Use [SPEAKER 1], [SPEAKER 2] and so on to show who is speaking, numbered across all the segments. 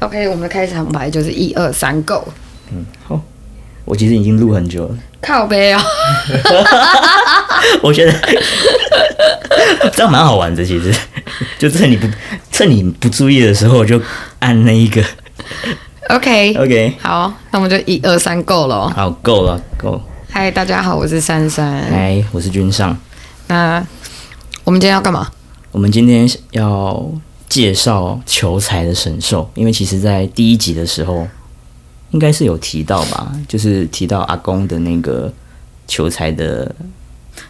[SPEAKER 1] OK，我们的开场白就是一二三 Go，
[SPEAKER 2] 好，哦我其实已经录很久了，
[SPEAKER 1] 靠背哦，
[SPEAKER 2] 我觉得 这样蛮好玩的。其实，就趁你不趁你不注意的时候，我就按那一个。
[SPEAKER 1] OK，,
[SPEAKER 2] OK，
[SPEAKER 1] 好，那我们就一二三 Go 喽。
[SPEAKER 2] 好，够了，够。
[SPEAKER 1] 嗨，大家好，我是珊珊。
[SPEAKER 2] 来，我是君上，
[SPEAKER 1] 那我们今天要干嘛？
[SPEAKER 2] 我们今天要介绍求财的神兽，因为其实在第一集的时候，应该是有提到吧，就是提到阿公的那个求财的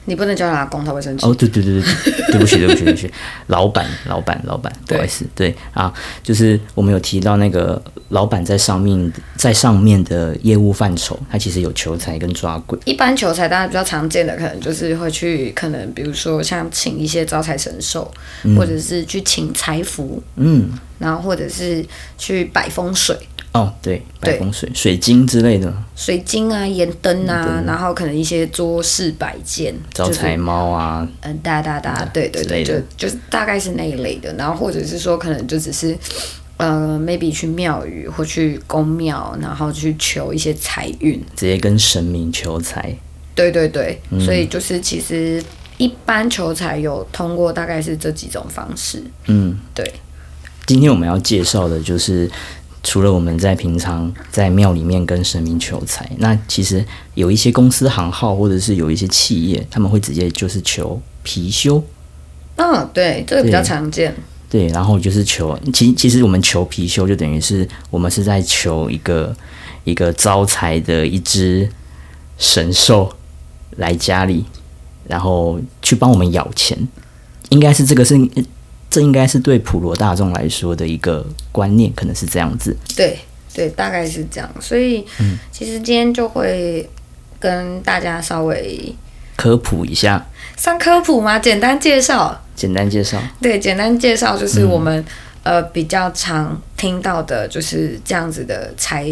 [SPEAKER 1] 你不能叫他阿公，他会生气。
[SPEAKER 2] 哦，对对对对，对不起对不起对不起，老板老板老板，不
[SPEAKER 1] 对
[SPEAKER 2] 好意思，对啊，就是我们有提到那个老板在上面在上面的业务范畴，他其实有求财跟抓鬼，
[SPEAKER 1] 一般求财，大家比较常见的可能就是会去，可能比如说像请一些招财神兽，或者是去请财符，
[SPEAKER 2] 嗯，
[SPEAKER 1] 然后或者是去摆风水、
[SPEAKER 2] 哦对，白
[SPEAKER 1] 对
[SPEAKER 2] 风水水晶之类的，
[SPEAKER 1] 水晶啊、盐灯啊，然后可能一些桌饰摆件，
[SPEAKER 2] 招
[SPEAKER 1] 就是
[SPEAKER 2] 财猫啊，
[SPEAKER 1] 嗯，哒哒哒，对对
[SPEAKER 2] 之
[SPEAKER 1] 对，
[SPEAKER 2] 类
[SPEAKER 1] 就
[SPEAKER 2] 的
[SPEAKER 1] 就是大概是那一类的，然后或者是说可能就只是，呃，maybe 去庙宇或去公庙，然后去求一些财运，
[SPEAKER 2] 直接跟神明求财，
[SPEAKER 1] 对对对，
[SPEAKER 2] 嗯
[SPEAKER 1] 所以就是其实一般求财有通过大概是这几种方式，
[SPEAKER 2] 嗯，
[SPEAKER 1] 对。
[SPEAKER 2] 今天我们要介绍的就是，除了我们在平常在庙里面跟神明求财，那其实有一些公司行号或者是有一些企业，他们会直接就是求貔貅，
[SPEAKER 1] 嗯、对，这个比较
[SPEAKER 2] 对
[SPEAKER 1] 常见，
[SPEAKER 2] 对，然后就是求，其其实我们求貔貅就等于是我们是在求一个一个招财的一只神兽来家里，然后去帮我们咬钱，应该是这个是。这应该是对普罗大众来说的一个观念，可能是这样子。
[SPEAKER 1] 对对，大概是这样，所以、
[SPEAKER 2] 嗯
[SPEAKER 1] 其实今天就会跟大家稍微
[SPEAKER 2] 科普一下，
[SPEAKER 1] 上科普嘛，简单介绍，
[SPEAKER 2] 简单介绍。
[SPEAKER 1] 对，简单介绍就是我们、呃
[SPEAKER 2] 嗯
[SPEAKER 1] 比较常听到的，就是这样子的财，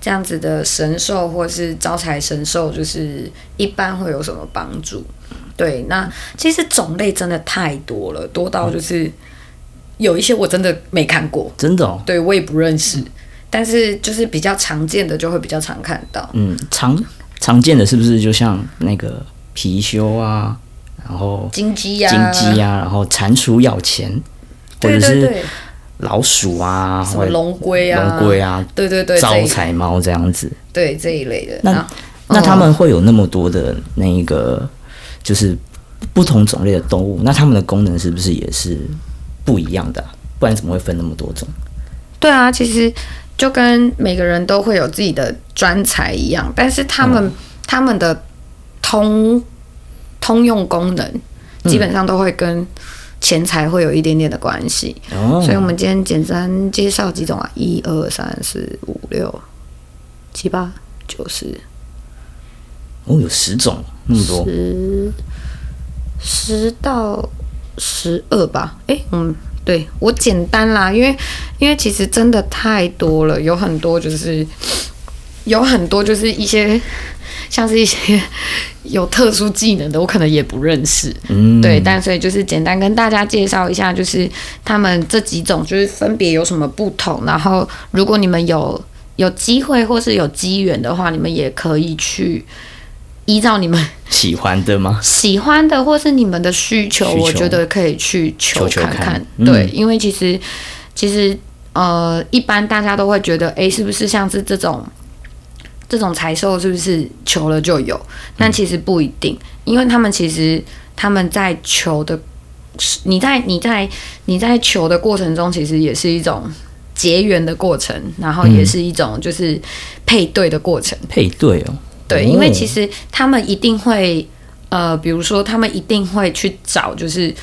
[SPEAKER 1] 这样子的神兽或是招财神兽，就是一般会有什么帮助？对，那其实种类真的太多了，多到就是有一些我真的没看过，
[SPEAKER 2] 真的哦，
[SPEAKER 1] 对我也不认识，但是就是比较常见的就会比较常看到。
[SPEAKER 2] 嗯，常常见的是不是就像那个貔貅啊，然后
[SPEAKER 1] 金鸡呀、
[SPEAKER 2] 金鸡啊，然后蟾蜍咬钱，或
[SPEAKER 1] 对
[SPEAKER 2] 者
[SPEAKER 1] 对
[SPEAKER 2] 是
[SPEAKER 1] 对，
[SPEAKER 2] 老鼠啊，
[SPEAKER 1] 什
[SPEAKER 2] 或
[SPEAKER 1] 么
[SPEAKER 2] 者
[SPEAKER 1] 龙龟啊，
[SPEAKER 2] 龙龟，啊，
[SPEAKER 1] 对对嗯对，这
[SPEAKER 2] 招
[SPEAKER 1] 一
[SPEAKER 2] 财猫这样子。
[SPEAKER 1] 对这一类的。
[SPEAKER 2] 那
[SPEAKER 1] 然后
[SPEAKER 2] 那
[SPEAKER 1] 嗯
[SPEAKER 2] 他们会有那么多的那一个，就是不同种类的动物，那它们的功能是不是也是不一样的啊、不然怎么会分那么多种？
[SPEAKER 1] 对啊，其实就跟每个人都会有自己的专才一样，但是他们、他们的通通用功能基本上都会跟钱财会有一点点的关系，
[SPEAKER 2] 哦
[SPEAKER 1] 所以我们今天简单介绍几种啊，一二三四五六七八九十
[SPEAKER 2] 哦，有十种，那么多，
[SPEAKER 1] 十到十二吧，诶，嗯。对我简单啦，因为因为其实真的太多了，有很多就是有很多就是一些像是一些 有特殊技能的，我可能也不认识。
[SPEAKER 2] 嗯，
[SPEAKER 1] 对，但所以就是简单跟大家介绍一下，就是他们这几种就是分别有什么不同，然后如果你们有有机会或是有机缘的话，你们也可以去依照你们
[SPEAKER 2] 喜欢的吗？
[SPEAKER 1] 喜欢的或是你们的需求，
[SPEAKER 2] 需求
[SPEAKER 1] 我觉得可以去求
[SPEAKER 2] 求求
[SPEAKER 1] 看
[SPEAKER 2] 看嗯
[SPEAKER 1] 对，因为其实其实呃，一般大家都会觉得，诶，是不是像是这种这种财兽，是不是求了就有？但其实不一定，因为他们其实他们在求的，你在你在你在求的过程中，其实也是一种。结缘的过程，然后
[SPEAKER 2] 嗯
[SPEAKER 1] 也是一种就是配对的过程，
[SPEAKER 2] 配对哦，
[SPEAKER 1] 对，
[SPEAKER 2] 哦
[SPEAKER 1] 因为其实他们一定会，呃，比如说他们一定会去找就是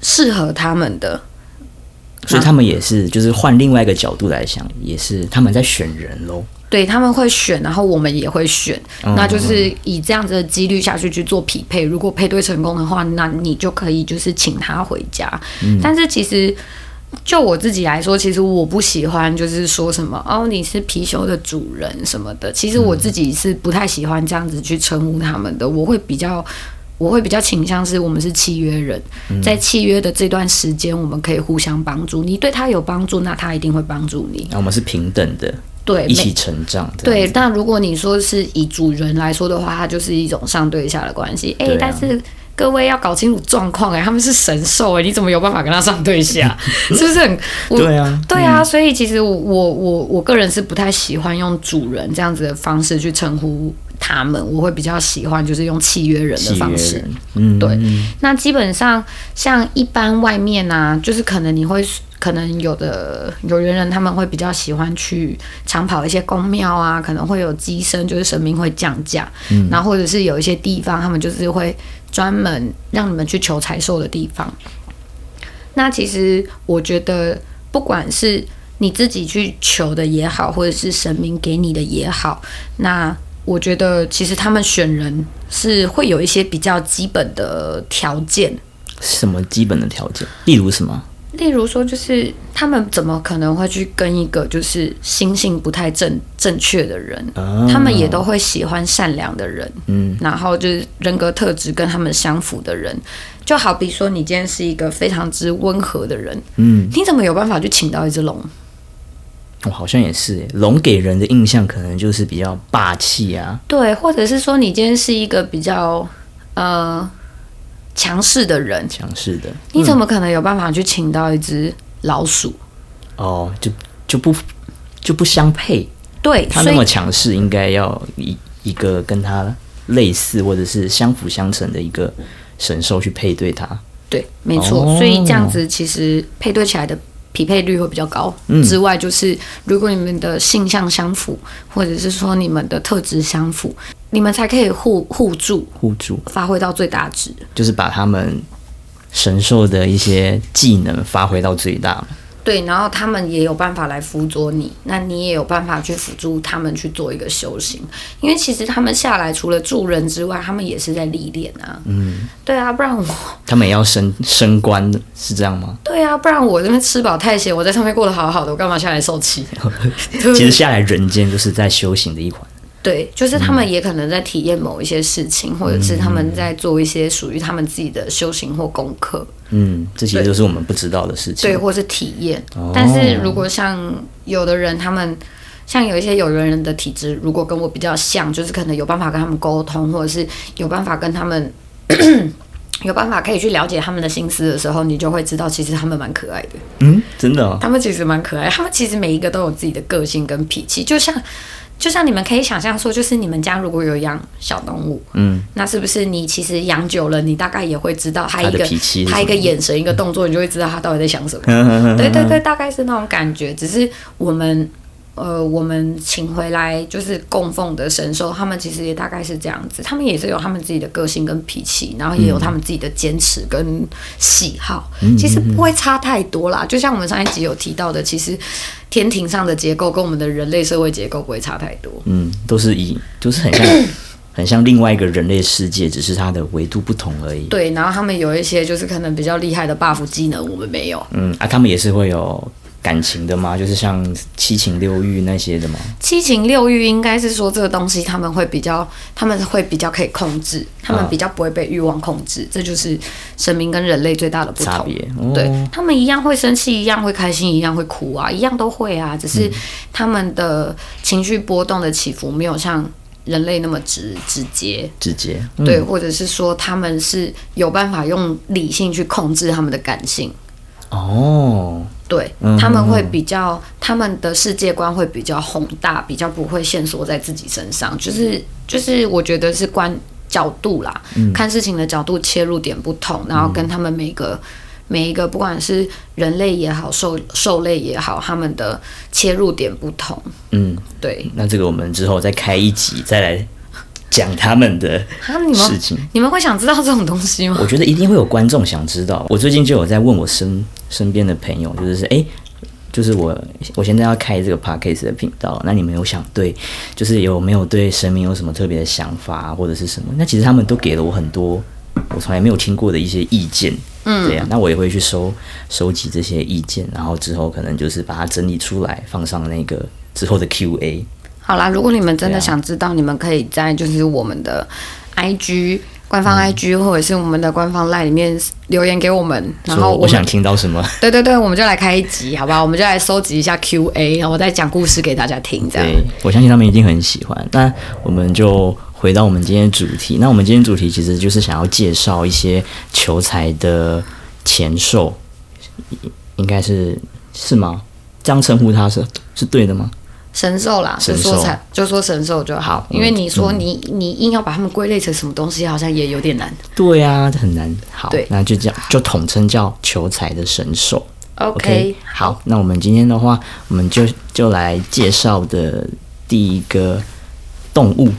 [SPEAKER 1] 适合他们的
[SPEAKER 2] 所以他们也是，就是换另外一个角度来想，也是他们在选人喽。
[SPEAKER 1] 对，他们会选，然后我们也会选，
[SPEAKER 2] 嗯
[SPEAKER 1] 那就是以这样子的几率下去去做匹配。如果配对成功的话，那你就可以就是请他回家。
[SPEAKER 2] 嗯
[SPEAKER 1] 但是其实就我自己来说，其实我不喜欢就是说什么哦，你是貔貅的主人什么的。其实
[SPEAKER 2] 嗯
[SPEAKER 1] 我自己是不太喜欢这样子去称呼他们的，我会比较。我会比较倾向是我们是契约人，
[SPEAKER 2] 嗯
[SPEAKER 1] 在契约的这段时间，我们可以互相帮助。你对他有帮助，那他一定会帮助你。
[SPEAKER 2] 那我们是平等的，
[SPEAKER 1] 对，
[SPEAKER 2] 一
[SPEAKER 1] 每
[SPEAKER 2] 起成长的。
[SPEAKER 1] 对，，但如果你说是以主人来说的话，它就是一种上对下的关系。哎、
[SPEAKER 2] 对啊
[SPEAKER 1] 但是各位要搞清楚状况，哎，他们是神兽，哎，你怎么有办法跟他上对 下？是不是很？我
[SPEAKER 2] 对啊
[SPEAKER 1] 对啊，所以其实我我我我个人是不太喜欢用主人这样子的方式去称呼他们，我会比较喜欢就是用契约人的
[SPEAKER 2] 契约
[SPEAKER 1] 方式。
[SPEAKER 2] 人，嗯，
[SPEAKER 1] 对，那基本上像一般外面啊，就是可能你会，可能有的有缘人他们会比较喜欢去长跑一些宫庙啊，可能会有鸡生，就是神明会降价，然后或者是有一些地方他们就是会专门让你们去求财寿的地方。那其实我觉得，不管是你自己去求的也好，或者是神明给你的也好，那我觉得其实他们选人是会有一些比较基本的条件，
[SPEAKER 2] 什么基本的条件？例如什么？
[SPEAKER 1] 例如说，就是他们怎么可能会去跟一个就是心性不太正正确的人？
[SPEAKER 2] 啊
[SPEAKER 1] 他们也都会喜欢善良的人，嗯，然后就是人格特质跟他们相符的人。就好比说，你今天是一个非常之温和的人，
[SPEAKER 2] 嗯，
[SPEAKER 1] 你怎么有办法去请到一只龙？
[SPEAKER 2] 我哦好像也是耶，龙给人的印象可能就是比较霸气啊，
[SPEAKER 1] 对，或者是说你今天是一个比较呃强势的人，
[SPEAKER 2] 强势的。
[SPEAKER 1] 你怎么可能有办法去请到一只老鼠？
[SPEAKER 2] 哦，就就不就不相配。
[SPEAKER 1] 对，
[SPEAKER 2] 他
[SPEAKER 1] 所
[SPEAKER 2] 那
[SPEAKER 1] 以
[SPEAKER 2] 么强势，应该要一一个跟他类似或者是相辅相成的一个神兽去配对他。
[SPEAKER 1] 对，没错。
[SPEAKER 2] 哦
[SPEAKER 1] 所以这样子其实配对起来的匹配率会比较高。
[SPEAKER 2] 嗯
[SPEAKER 1] 之外，就是如果你们的性向相符，或者是说你们的特质相符，你们才可以互互助，
[SPEAKER 2] 互助
[SPEAKER 1] 发挥到最大值。
[SPEAKER 2] 就是把他们神兽的一些技能发挥到最大嘛。
[SPEAKER 1] 对，然后他们也有办法来辅佐你，那你也有办法去辅助他们去做一个修行，因为其实他们下来除了助人之外，他们也是在历练啊。嗯，对啊，不然我，
[SPEAKER 2] 他们也要升升官的，是这样吗？
[SPEAKER 1] 对啊，不然我这边吃饱太闲，我在上面过得好好的，我干嘛下来受 气？嗯
[SPEAKER 2] 其实下来人间就是在修行的一环。
[SPEAKER 1] 对，就是他们也可能在体验某一些事情，或者是他们在做一些属于他们自己的修行或功课，
[SPEAKER 2] 嗯，这些都是我们不知道的事情。
[SPEAKER 1] 对，或是体验。但是如果像有的人，他们像有一些有缘人的体质，如果跟我比较像，就是可能有办法跟他们沟通，或者是有办法跟他们 有办法可以去了解他们的心思的时候，你就会知道，其实他们蛮可爱的。
[SPEAKER 2] 嗯，真的、哦，
[SPEAKER 1] 他们其实蛮可爱，他们其实每一个都有自己的个性跟脾气，就像就像你们可以想象说，就是你们家如果有养小动物，
[SPEAKER 2] 嗯，
[SPEAKER 1] 那是不是你其实养久了，你大概也会知道它一
[SPEAKER 2] 它
[SPEAKER 1] 个
[SPEAKER 2] 的脾气是什么嗯
[SPEAKER 1] 它一个眼神、一个动作，你就会知道它到底在想什么。对对对，大概是那种感觉。只是我们呃，我们请回来就是供奉的神兽，他们其实也大概是这样子，他们也是有他们自己的个性跟脾气，然后也有他们自己的坚持跟喜好，
[SPEAKER 2] 嗯
[SPEAKER 1] 其实不会差太多啦。就像我们上一集有提到的，其实天庭上的结构跟我们的人类社会结构不会差太多。
[SPEAKER 2] 嗯，都是以，就是 很像很像另外一个人类世界，只是它的维度不同而已。
[SPEAKER 1] 对，然后他们有一些就是可能比较厉害的 buff 技能，我们没有。
[SPEAKER 2] 嗯啊，他们也是会有感情的吗？就是像七情六欲那些的吗？
[SPEAKER 1] 七情六欲应该是说这个东西他们会比较，他们会比较可以控制，他们
[SPEAKER 2] 啊
[SPEAKER 1] 比较不会被欲望控制，这就是神明跟人类最大的不
[SPEAKER 2] 差
[SPEAKER 1] 同。
[SPEAKER 2] 别？哦、
[SPEAKER 1] 对他们一样会生气，一样会开心，一样会哭啊，一样都会啊，只
[SPEAKER 2] 嗯
[SPEAKER 1] 是他们的情绪波动的起伏没有像人类那么直直接，
[SPEAKER 2] 直接嗯
[SPEAKER 1] 对，或者是说他们是有办法用理性去控制他们的感性。
[SPEAKER 2] 哦，
[SPEAKER 1] 对，
[SPEAKER 2] 嗯
[SPEAKER 1] 他们会比较，他们的世界观会比较宏大，比较不会限缩在自己身上，就是就是我觉得是观角度啦，
[SPEAKER 2] 嗯
[SPEAKER 1] 看事情的角度切入点不同，然后跟他们每个。每一个不管是人类也好，兽兽类也好，他们的切入点不同，
[SPEAKER 2] 嗯，
[SPEAKER 1] 对
[SPEAKER 2] 那这个我们之后再开一集再来讲他们的
[SPEAKER 1] 啊，你
[SPEAKER 2] 事
[SPEAKER 1] 们
[SPEAKER 2] 情。
[SPEAKER 1] 你们会想知道这种东西吗？
[SPEAKER 2] 我觉得一定会有观众想知道。我最近就有在问我身身边的朋友，就是诶，就是我我现在要开这个 podcast 的频道，那你们有想对，就是有没有对神明有什么特别的想法啊或者是什么？那其实他们都给了我很多我从来没有听过的一些意见。嗯，对呀、那我也会去收收集这些意见，然后之后可能就是把它整理出来，放上那个之后的 Q&A。
[SPEAKER 1] 好啦，如果你们真
[SPEAKER 2] 对啊
[SPEAKER 1] 的想知道，你们可以在就是我们的 IG 官
[SPEAKER 2] 嗯
[SPEAKER 1] 方 IG、或者是我们的官方 LINE 里面留言给我们，然后
[SPEAKER 2] 说
[SPEAKER 1] 我
[SPEAKER 2] 我
[SPEAKER 1] 们
[SPEAKER 2] 想听到什么？
[SPEAKER 1] 对对对，我们就来开一集，好不好？我们就来收集一下 Q&A，然后我再讲故事给大家听，这样。
[SPEAKER 2] 对，我相信他们一定很喜欢。那我们就回到我们今天的主题。那我们今天主题其实就是想要介绍一些求财的前兽，应该是是吗？这样称呼他是是对的吗？
[SPEAKER 1] 神兽啦，
[SPEAKER 2] 神
[SPEAKER 1] 就
[SPEAKER 2] 兽嗯
[SPEAKER 1] 说才就说神兽就好，因为你说你、你硬要把它们归类成什么东西，好像也有点难。
[SPEAKER 2] 对啊，这很难。好
[SPEAKER 1] 对，
[SPEAKER 2] 那就这样，就统称叫求财的神兽。
[SPEAKER 1] OK，,
[SPEAKER 2] 好，那我们今天的话，我们就就来介绍的第一个动 物，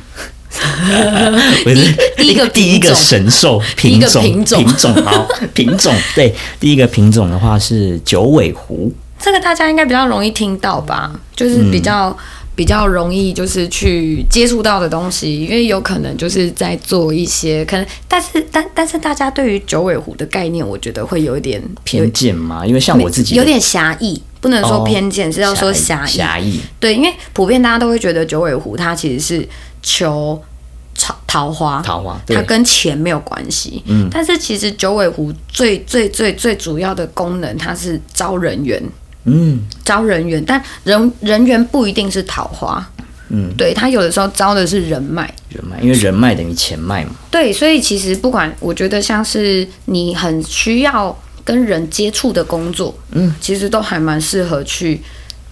[SPEAKER 2] 不是
[SPEAKER 1] 第一个
[SPEAKER 2] 第一
[SPEAKER 1] 品
[SPEAKER 2] 个
[SPEAKER 1] 种
[SPEAKER 2] 神兽品
[SPEAKER 1] 第一
[SPEAKER 2] 种
[SPEAKER 1] 个品种
[SPEAKER 2] 品种 好品种对，第一个品种的话是九尾狐，
[SPEAKER 1] 这个大家应该比较容易听到吧，就是
[SPEAKER 2] 嗯
[SPEAKER 1] 比较、比较容易就是去接触到的东西，因为有可能就是在做一些可能，但是但但是大家对于九尾狐的概念，我觉得会有一点
[SPEAKER 2] 偏见嘛，因为像我自己哦
[SPEAKER 1] 有点狭义，不能说偏见，是要说狭
[SPEAKER 2] 狭
[SPEAKER 1] 义。
[SPEAKER 2] 狭义，
[SPEAKER 1] 对，因为普遍大家都会觉得九尾狐它其实是求桃桃花，
[SPEAKER 2] 桃花对
[SPEAKER 1] 它跟钱没有关系。
[SPEAKER 2] 嗯
[SPEAKER 1] 但是其实九尾狐最最最最主要的功能，它是招人缘，
[SPEAKER 2] 嗯
[SPEAKER 1] 招人缘，但人人缘不一定是桃花。
[SPEAKER 2] 嗯，
[SPEAKER 1] 对，它有的时候招的是人脉。
[SPEAKER 2] 人脉，因为人脉等于钱脉嘛，
[SPEAKER 1] 对，所以其实不管，我觉得像是你很需要跟人接触的工作，
[SPEAKER 2] 嗯，
[SPEAKER 1] 其实都还蛮适合去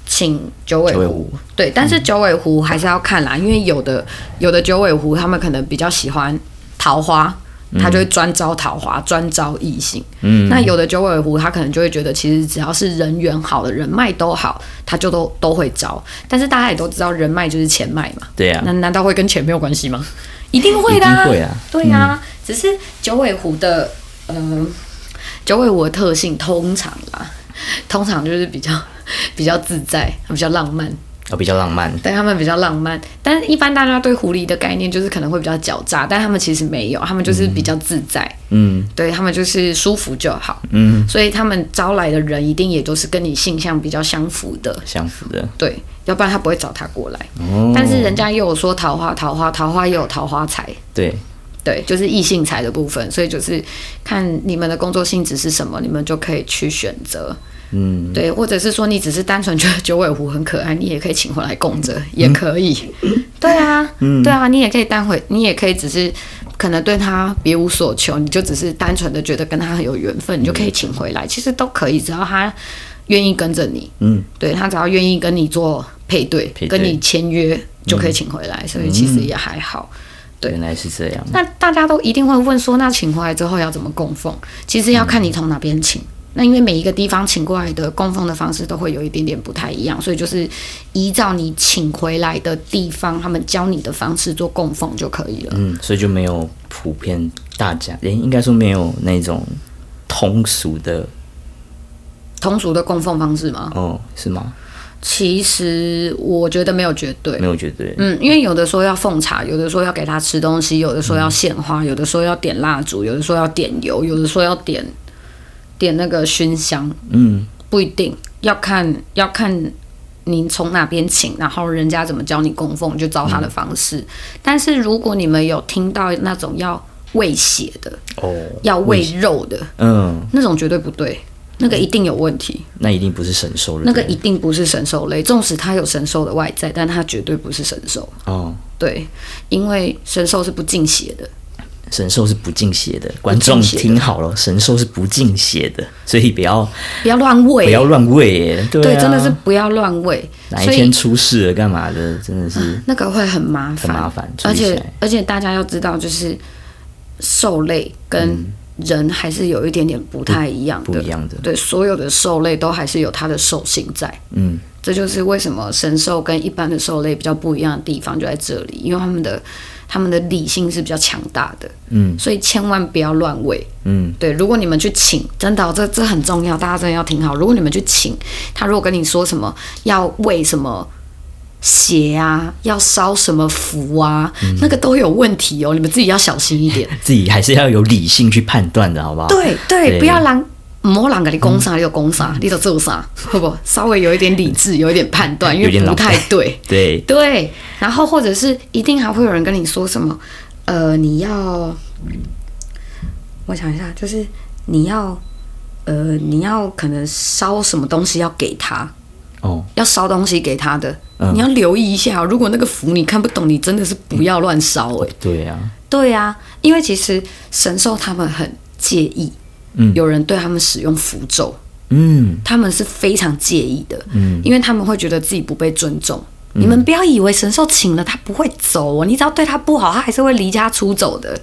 [SPEAKER 1] 请九尾
[SPEAKER 2] 九尾
[SPEAKER 1] 狐。
[SPEAKER 2] 狐
[SPEAKER 1] 对，但是九尾狐还是要看啦，因为有的有的九尾狐他们可能比较喜欢桃花，他就会专招桃花，专招异性。
[SPEAKER 2] 嗯，
[SPEAKER 1] 那有的九尾狐他可能就会觉得，其实只要是人缘好的人脉都好，他就都都会招。但是大家也都知道，人脉就是钱脉嘛，
[SPEAKER 2] 对啊
[SPEAKER 1] 那，难道会跟钱没有关系吗？一定会的、
[SPEAKER 2] 一定会啊
[SPEAKER 1] 对啊，只是九尾狐的，呃，九尾狐的特性通常啦，通常就是比较 比较自在，比较浪漫，
[SPEAKER 2] 哦比较浪漫，
[SPEAKER 1] 对他们比较浪漫。但是一般大家对狐狸的概念就是可能会比较狡诈，但他们其实没有，他们就是比较自在，
[SPEAKER 2] 嗯
[SPEAKER 1] 对他们就是舒服就好。
[SPEAKER 2] 嗯，
[SPEAKER 1] 所以他们招来的人一定也都是跟你性向比较相符的，
[SPEAKER 2] 相符的，
[SPEAKER 1] 对，要不然他不会找他过来。
[SPEAKER 2] 哦
[SPEAKER 1] 但是人家又有说桃花，桃花，桃花也有桃花财，
[SPEAKER 2] 对，
[SPEAKER 1] 对，就是异性财的部分，所以就是看你们的工作性质是什么，你们就可以去选择，
[SPEAKER 2] 嗯。
[SPEAKER 1] 对，或者是说你只是单纯觉得九尾狐很可爱，你也可以请回来供
[SPEAKER 2] 嗯
[SPEAKER 1] 着，也可 以，对啊，对啊，你也可以单回，你也可以只是可能对他别无所求，你就只是单纯的觉得跟他很有缘分，你就
[SPEAKER 2] 嗯
[SPEAKER 1] 可以请回来，其实都可以，只要他愿意跟着你，
[SPEAKER 2] 嗯，
[SPEAKER 1] 对他只要愿意跟你做配对，
[SPEAKER 2] 配对嗯
[SPEAKER 1] 跟你签约就可以请回来，所以其实也还好。对
[SPEAKER 2] 原来是这样。
[SPEAKER 1] 那大家都一定会问说，那请回来之后要怎么供奉？其实要看你从哪边请。那因为每一个地方请过来的供奉的方式都会有一点点不太一样，所以就是依照你请回来的地方，他们教你的方式做供奉就可以了。
[SPEAKER 2] 嗯，所以就没有普遍大家，诶，应该说没有那种通俗的
[SPEAKER 1] 通俗的供奉方式吗？
[SPEAKER 2] 哦，是吗？
[SPEAKER 1] 其实我觉得没有绝对
[SPEAKER 2] 没。有绝对，
[SPEAKER 1] 嗯，因为有的说要奉茶，有的说要给他吃东西，有的说要献花，有的说要点蜡烛，有的说要点油，有的说要点点那个熏香，
[SPEAKER 2] 嗯，
[SPEAKER 1] 不一定要看要看你从哪边请，然后人家怎么教你供奉，就照他的方式。但是如果你们有听到那种要喂血的、
[SPEAKER 2] 哦，
[SPEAKER 1] 要喂肉的
[SPEAKER 2] 嗯，
[SPEAKER 1] 那种，绝对不对，那个一定有问题，
[SPEAKER 2] 那一定不是神兽了，
[SPEAKER 1] 那个
[SPEAKER 2] 对
[SPEAKER 1] 一定不是神兽类。纵使它有神兽的外在，但它绝对不是神兽。
[SPEAKER 2] 哦，
[SPEAKER 1] 对，因为神兽是不进血的。
[SPEAKER 2] 神兽是不进血的，观众
[SPEAKER 1] 不进血的
[SPEAKER 2] 听好了，神兽是不进血的，所以不要
[SPEAKER 1] 不要乱喂，
[SPEAKER 2] 不要乱喂耶，对啊
[SPEAKER 1] 对，真的是不要乱喂。
[SPEAKER 2] 哪一
[SPEAKER 1] 所以
[SPEAKER 2] 天出事了干嘛的，真的是
[SPEAKER 1] 那个会很麻烦，
[SPEAKER 2] 很麻烦
[SPEAKER 1] 啊而
[SPEAKER 2] 处理起
[SPEAKER 1] 且
[SPEAKER 2] 来
[SPEAKER 1] 而且大家要知道，就是兽类跟人还是有一点点不太一样的，
[SPEAKER 2] 嗯不一样的，
[SPEAKER 1] 对，所有的兽类都还是有它的兽性在。
[SPEAKER 2] 嗯，
[SPEAKER 1] 这就是为什么神兽跟一般的兽类比较不一样的地方就在这里，因为它们的他们的理性是比较强大的，
[SPEAKER 2] 嗯
[SPEAKER 1] 所以千万不要乱喂。
[SPEAKER 2] 嗯
[SPEAKER 1] 对，如果你们去请，真的哦、这这很重要，大家真的要听好。如果你们去请，他如果跟你说什么要喂什么血啊，要烧什么符啊，
[SPEAKER 2] 嗯
[SPEAKER 1] 那个都有问题哦，你们自己要小心一点。
[SPEAKER 2] 自己还是要有理性去判断的，好不好？
[SPEAKER 1] 对对，
[SPEAKER 2] 对嗯
[SPEAKER 1] 不要让。某人给你攻啥，你就攻啥，你就做啥，好不好？稍微有一点理智，有一点判断，因
[SPEAKER 2] 有
[SPEAKER 1] 为
[SPEAKER 2] 点
[SPEAKER 1] 不
[SPEAKER 2] 脑袋
[SPEAKER 1] 太对。
[SPEAKER 2] 对，
[SPEAKER 1] 对，然后或者是一定还会有人跟你说什么，呃，你要，我想一下，就是你要，呃，你要可能烧什么东西要给他，
[SPEAKER 2] 哦，
[SPEAKER 1] 要烧东西给他的，
[SPEAKER 2] 嗯
[SPEAKER 1] 你要留意一下哦、如果那个符你看不懂，你真的是不要乱烧哎、
[SPEAKER 2] 对啊，
[SPEAKER 1] 对啊，因为其实神兽他们很介意，
[SPEAKER 2] 嗯
[SPEAKER 1] 有人对他们使用符咒，
[SPEAKER 2] 嗯
[SPEAKER 1] 他们是非常介意的，
[SPEAKER 2] 嗯
[SPEAKER 1] 因为他们会觉得自己不被尊重。你们不要以为神兽请了他不会走哦，你只要对他不好，他还是会离家出走的。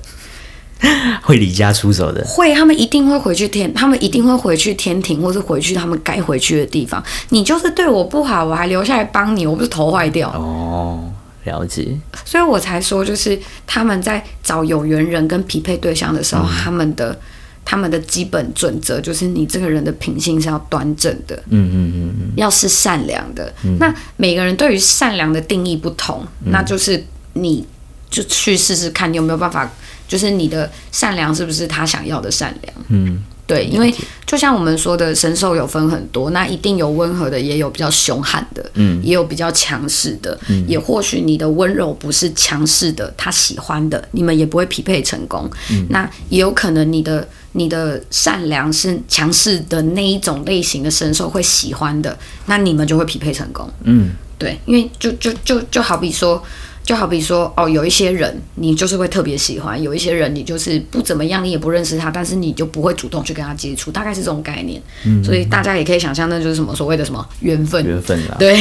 [SPEAKER 2] 会离家出走的，
[SPEAKER 1] 会，他们一定会回去天，他们一定会回去天庭，或是回去他们该回去的地方。你就是对我不好，我还留下来帮你，我不是头坏掉？
[SPEAKER 2] 哦，了解，
[SPEAKER 1] 所以我才说，就是他们在找有缘人跟匹配对象的时候，他们的他们的基本准则就是你这个人的品性是要端正的，
[SPEAKER 2] 嗯嗯嗯嗯，
[SPEAKER 1] 要是善良的。那每个人对于善良的定义不同，那就是你就去试试看，你有没有办法，就是你的善良是不是他想要的善良？
[SPEAKER 2] 嗯，
[SPEAKER 1] 对，因为就像我们说的，神兽有分很多，那一定有温和的，也有比较凶悍的，
[SPEAKER 2] 嗯
[SPEAKER 1] 也有比较强势的，也或许你的温柔不是强势的，他喜欢的，你们也不会匹配成功。那也有可能你的你的善良是强势的那一种类型的神兽会喜欢的，那你们就会匹配成功。
[SPEAKER 2] 嗯，
[SPEAKER 1] 对，因为就就就就好比说，就好比说，哦，有一些人你就是会特别喜欢，有一些人你就是不怎么样，你也不认识他，但是你就不会主动去跟他接触，大概是这种概念。所以大家也可以想象，那就是什么所谓的什么嗯缘分。
[SPEAKER 2] 嗯
[SPEAKER 1] 啊
[SPEAKER 2] 缘分啦，
[SPEAKER 1] 对，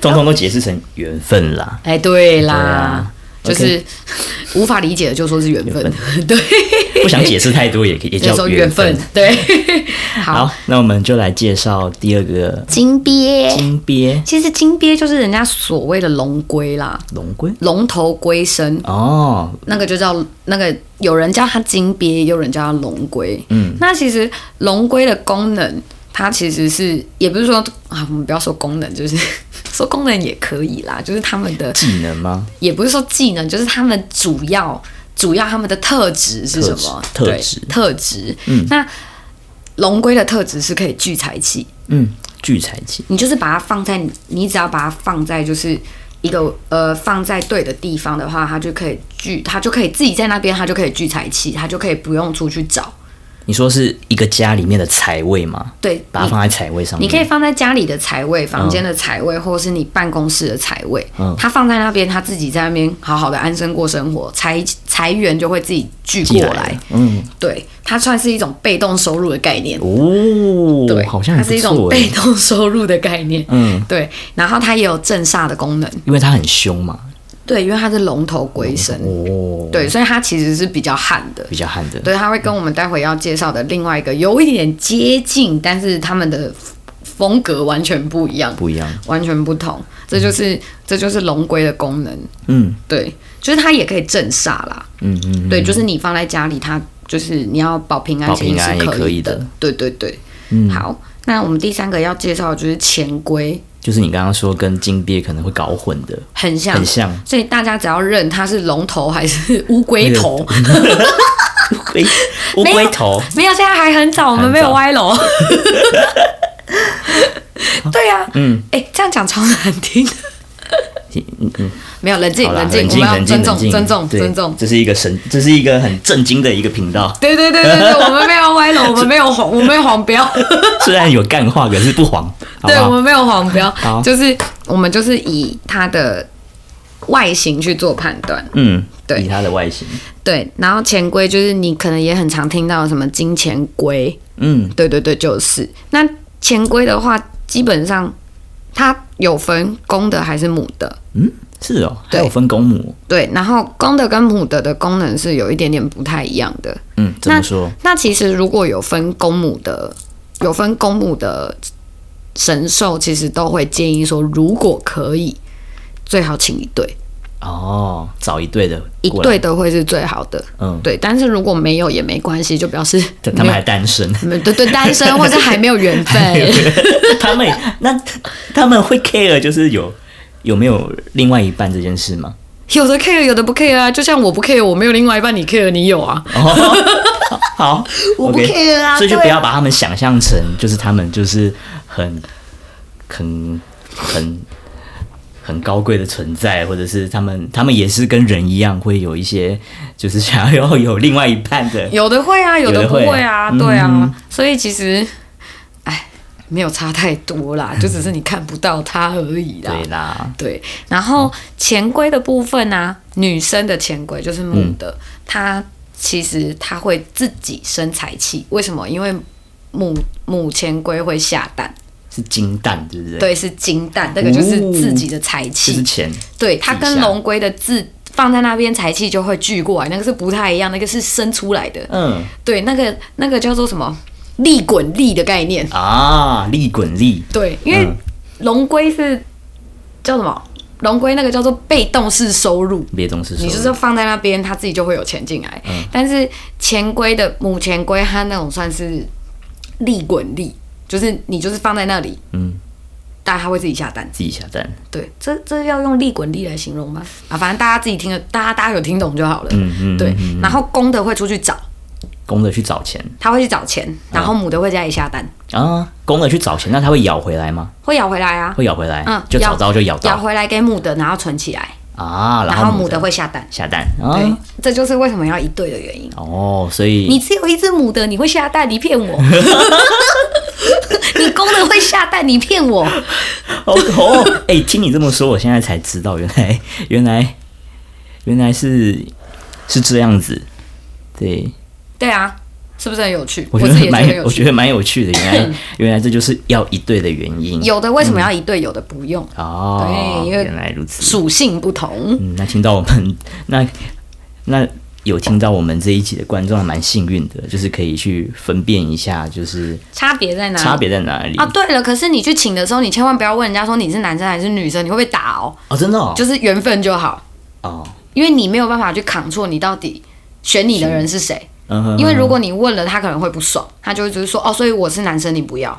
[SPEAKER 2] 通通都解释成缘分啦，
[SPEAKER 1] 哎，对啦，
[SPEAKER 2] 对啊
[SPEAKER 1] 就是 无法理解的就说是缘分，对，
[SPEAKER 2] 不想解释太多也可以，也
[SPEAKER 1] 那时
[SPEAKER 2] 叫
[SPEAKER 1] 候缘分， 对，好
[SPEAKER 2] 好，那我们就来介绍第二个
[SPEAKER 3] 金鳖，
[SPEAKER 2] 金鳖
[SPEAKER 1] 其实金鳖就是人家所谓的龙龟啦，
[SPEAKER 2] 龙龟
[SPEAKER 1] 龙头龟身，
[SPEAKER 2] 哦，
[SPEAKER 1] 那个就叫那个，有人叫它金鳖，也有人叫它龙龟。
[SPEAKER 2] 嗯，
[SPEAKER 1] 那其实龙龟的功能，它其实是也不是说啊，我们不要说功能，就是 说功能也可以啦，就是他们的
[SPEAKER 2] 技能吗？
[SPEAKER 1] 也不是说技能，就是他们主要主要他们的特质是什么？
[SPEAKER 2] 特质
[SPEAKER 1] 对
[SPEAKER 2] 特质
[SPEAKER 1] 特质。
[SPEAKER 2] 嗯
[SPEAKER 1] 那龙龟的特质是可以聚财气，
[SPEAKER 2] 嗯，聚财气，
[SPEAKER 1] 你就是把它放在你，你只要把它放在就是一个呃放在对的地方的话，它就可以聚，它就可以自己在那边，它就可以聚财气，它就可以不用出去找。
[SPEAKER 2] 你说是一个家里面的财位吗？
[SPEAKER 1] 对，
[SPEAKER 2] 把它放在财位上
[SPEAKER 1] 你
[SPEAKER 2] 面，
[SPEAKER 1] 可以放在家里的财位、房间的财位，或者是你办公室的财位。
[SPEAKER 2] 嗯
[SPEAKER 1] 它放在那边，它自己在那边好好的安身过生活，财财源就会自己聚
[SPEAKER 2] 寄
[SPEAKER 1] 过来。
[SPEAKER 2] 来，嗯，
[SPEAKER 1] 对，它算是一种被动收入的概念。
[SPEAKER 2] 哦，
[SPEAKER 1] 对，
[SPEAKER 2] 好像
[SPEAKER 1] 它
[SPEAKER 2] 还
[SPEAKER 1] 是一
[SPEAKER 2] 不
[SPEAKER 1] 种
[SPEAKER 2] 错
[SPEAKER 1] 被
[SPEAKER 2] 哎，
[SPEAKER 1] 动收入的概念。
[SPEAKER 2] 嗯，
[SPEAKER 1] 对，然后它也有镇煞的功能。
[SPEAKER 2] 因为它很凶嘛，
[SPEAKER 1] 对，因为它是龙头龟身，
[SPEAKER 2] 哦，
[SPEAKER 1] 对，，所以它其实是比较悍的
[SPEAKER 2] 比。较悍的，
[SPEAKER 1] 对，它会跟我们待会要介绍的另外一个有一点接近，但是他们的风格完全不一样，
[SPEAKER 2] 不嗯一样，
[SPEAKER 1] 完全不同。这就是、这就是龙龟的功能，
[SPEAKER 2] 嗯
[SPEAKER 1] 对，就是它也可以镇煞啦。
[SPEAKER 2] 嗯嗯，嗯
[SPEAKER 1] 对，就是你放在家里，它就是你要保平安，
[SPEAKER 2] 保
[SPEAKER 1] 其实
[SPEAKER 2] 平安
[SPEAKER 1] 是
[SPEAKER 2] 也可
[SPEAKER 1] 以
[SPEAKER 2] 以的
[SPEAKER 1] 的。对对对，
[SPEAKER 2] 嗯
[SPEAKER 1] 好，那我们第三个要介绍的就是钱龟，
[SPEAKER 2] 就是你刚刚说跟金鳖可能会搞混的，
[SPEAKER 1] 很像，
[SPEAKER 2] 很像
[SPEAKER 1] 所以大家只要认它是龙头还是乌龟
[SPEAKER 2] 那个
[SPEAKER 1] 头，
[SPEAKER 2] 龟哎乌龟头，
[SPEAKER 1] 没有，现在还很早，我们没有歪 楼。对呀、
[SPEAKER 2] 嗯，
[SPEAKER 1] 哎、这样讲超难听的。没有，冷静，
[SPEAKER 2] 好啦，
[SPEAKER 1] 冷
[SPEAKER 2] 冷
[SPEAKER 1] 静，我
[SPEAKER 2] 静，
[SPEAKER 1] 们要
[SPEAKER 2] 冷静，
[SPEAKER 1] 尊
[SPEAKER 2] 冷
[SPEAKER 1] 重，
[SPEAKER 2] 静，
[SPEAKER 1] 尊重，
[SPEAKER 2] 对
[SPEAKER 1] 尊重。
[SPEAKER 2] 这是一个神，这是一个很震惊的一个频道，
[SPEAKER 1] 对对对对对，我们没有歪 楼，我们没有黄，我们没有黄标，
[SPEAKER 2] 虽然有干话，可是不黄，好不
[SPEAKER 1] 对，我
[SPEAKER 2] 好？
[SPEAKER 1] 们没有黄标
[SPEAKER 2] 好，
[SPEAKER 1] 就是我们就是以它的外形去做判断。
[SPEAKER 2] 嗯，
[SPEAKER 1] 对
[SPEAKER 2] 以它的外形，
[SPEAKER 1] 对，然后钱龟就是你可能也很常听到什么金钱龟，
[SPEAKER 2] 嗯
[SPEAKER 1] 对对对，就是。那钱龟的话，基本上它有分公的还是母的，
[SPEAKER 2] 嗯，是哦，还
[SPEAKER 1] 对
[SPEAKER 2] 有分公母，
[SPEAKER 1] 对。然后公的跟母的的功能是有一点点不太一样的。
[SPEAKER 2] 嗯，怎
[SPEAKER 1] 那
[SPEAKER 2] 么说？
[SPEAKER 1] 那其实如果有分公母的，有分公母的神兽，其实都会建议说，如果可以，最好请一对。
[SPEAKER 2] 哦，找一对的
[SPEAKER 1] 一
[SPEAKER 2] 过来，
[SPEAKER 1] 对的会是最好的。
[SPEAKER 2] 嗯，
[SPEAKER 1] 对，但是如果没有也没关系，就表 示
[SPEAKER 2] 他他们还
[SPEAKER 1] 没
[SPEAKER 2] 单身，
[SPEAKER 1] 有没有对对单身或者还没有缘分。
[SPEAKER 2] 他们那他们会 care 就是有有没有另外一半这件事吗？
[SPEAKER 1] 有的 care，有的不 care 啊。就像我不 care，我没有另外一半，你 care，你有啊。
[SPEAKER 2] 哦，好，
[SPEAKER 1] 我不
[SPEAKER 2] OK
[SPEAKER 1] care 啊
[SPEAKER 2] 所以就
[SPEAKER 1] 对啊
[SPEAKER 2] 不要把他们想象成就是他们就是很很很很高贵的存在，或者是他们他们也是跟人一样会有一些就是想要有另外一半的。
[SPEAKER 1] 有的会啊，有的
[SPEAKER 2] 有的
[SPEAKER 1] 不
[SPEAKER 2] 会
[SPEAKER 1] 会啊，
[SPEAKER 2] 嗯
[SPEAKER 1] 对啊，所以其实，哎，没有差太多啦，就只是你看不到他而已啦。
[SPEAKER 2] 嗯对哦啦，
[SPEAKER 1] 对，然后钱柜的部分呢、女生的钱柜就是母的，
[SPEAKER 2] 嗯
[SPEAKER 1] 她其实她会自己生财气，为什么？因为母母钱龟会下蛋，
[SPEAKER 2] 是金蛋，对不对？，
[SPEAKER 1] 对，是金蛋，那个就是自己的财
[SPEAKER 2] 这
[SPEAKER 1] 气。
[SPEAKER 2] 是钱。
[SPEAKER 1] 对，它跟
[SPEAKER 2] 底下
[SPEAKER 1] 龙龟的字放在那边，财气就会聚过来，那个是不太一样，那个是生出来的。
[SPEAKER 2] 嗯
[SPEAKER 1] 对，那个那个叫做什么利滚利的概念。
[SPEAKER 2] 啊，利滚利，
[SPEAKER 1] 对，因为
[SPEAKER 2] 嗯
[SPEAKER 1] 龙龟是叫什么？龙龟那个叫做被动式收入。
[SPEAKER 2] 别东西。
[SPEAKER 1] 你就是放在那边，它自己就会有钱进来。
[SPEAKER 2] 嗯
[SPEAKER 1] 但是钱龟的母钱龟，它那种算是利滚利，就是你就是放在那里，
[SPEAKER 2] 嗯，
[SPEAKER 1] 但它会自己下单。
[SPEAKER 2] 自己下蛋。
[SPEAKER 1] 对，这这要用利滚利来形容吗？啊，反正大家自己听了，大家大家有听懂就好了。
[SPEAKER 2] 嗯嗯，
[SPEAKER 1] 对
[SPEAKER 2] 嗯，
[SPEAKER 1] 然后公的会出去找，
[SPEAKER 2] 公的去找钱
[SPEAKER 1] 它会去找钱，然后母的会家里下单，
[SPEAKER 2] 啊，公的去找钱，那它会咬回来吗？
[SPEAKER 1] 会咬回来啊。
[SPEAKER 2] 会咬回来，
[SPEAKER 1] 嗯
[SPEAKER 2] 就
[SPEAKER 1] 咬
[SPEAKER 2] 找到就咬
[SPEAKER 1] 咬
[SPEAKER 2] 到
[SPEAKER 1] 回来给母的，然后存起来，
[SPEAKER 2] 啊，
[SPEAKER 1] 然
[SPEAKER 2] 后
[SPEAKER 1] 母
[SPEAKER 2] 的
[SPEAKER 1] 的会下蛋。
[SPEAKER 2] 下蛋
[SPEAKER 1] 对
[SPEAKER 2] 啊，，
[SPEAKER 1] 这就是为什么要一对的原因。
[SPEAKER 2] 哦，所
[SPEAKER 1] 你
[SPEAKER 2] 以
[SPEAKER 1] 只有一只母的，你会下蛋？你骗我！ 你公的会下蛋，你骗我！
[SPEAKER 2] 哦哦， 哎、听你这么说，我现在才知道，原来原来原来是是这样子，对
[SPEAKER 1] 对啊，是不是很有趣？
[SPEAKER 2] 我觉
[SPEAKER 1] 自己
[SPEAKER 2] 得
[SPEAKER 1] 也觉得
[SPEAKER 2] 蛮
[SPEAKER 1] 很有
[SPEAKER 2] 我觉
[SPEAKER 1] 趣。
[SPEAKER 2] 得蛮有趣的，原来原来这就是要一对的原因，
[SPEAKER 1] 有的为什么要一对，有的不用，
[SPEAKER 2] 哦，
[SPEAKER 1] 对因为
[SPEAKER 2] 原来如此，
[SPEAKER 1] 属性不同。
[SPEAKER 2] 嗯，那听到我们那那有听到我们这一集的观众还蛮幸运的，就是可以去分辨一下，就是
[SPEAKER 1] 差别在哪里？
[SPEAKER 2] 差别在哪里
[SPEAKER 1] 啊，对了，可是你去请的时候，你千万不要问人家说你是男生还是女生，你会被打哦。
[SPEAKER 2] 哦，真的哦，
[SPEAKER 1] 就是缘分就好，
[SPEAKER 2] 哦，
[SPEAKER 1] 因为你没有办法去扛错你到底选你的人是谁。
[SPEAKER 2] 嗯哼，
[SPEAKER 1] 因为如果你问了，他可能会不爽，他就会只是说哦，所以我是男生，你不要，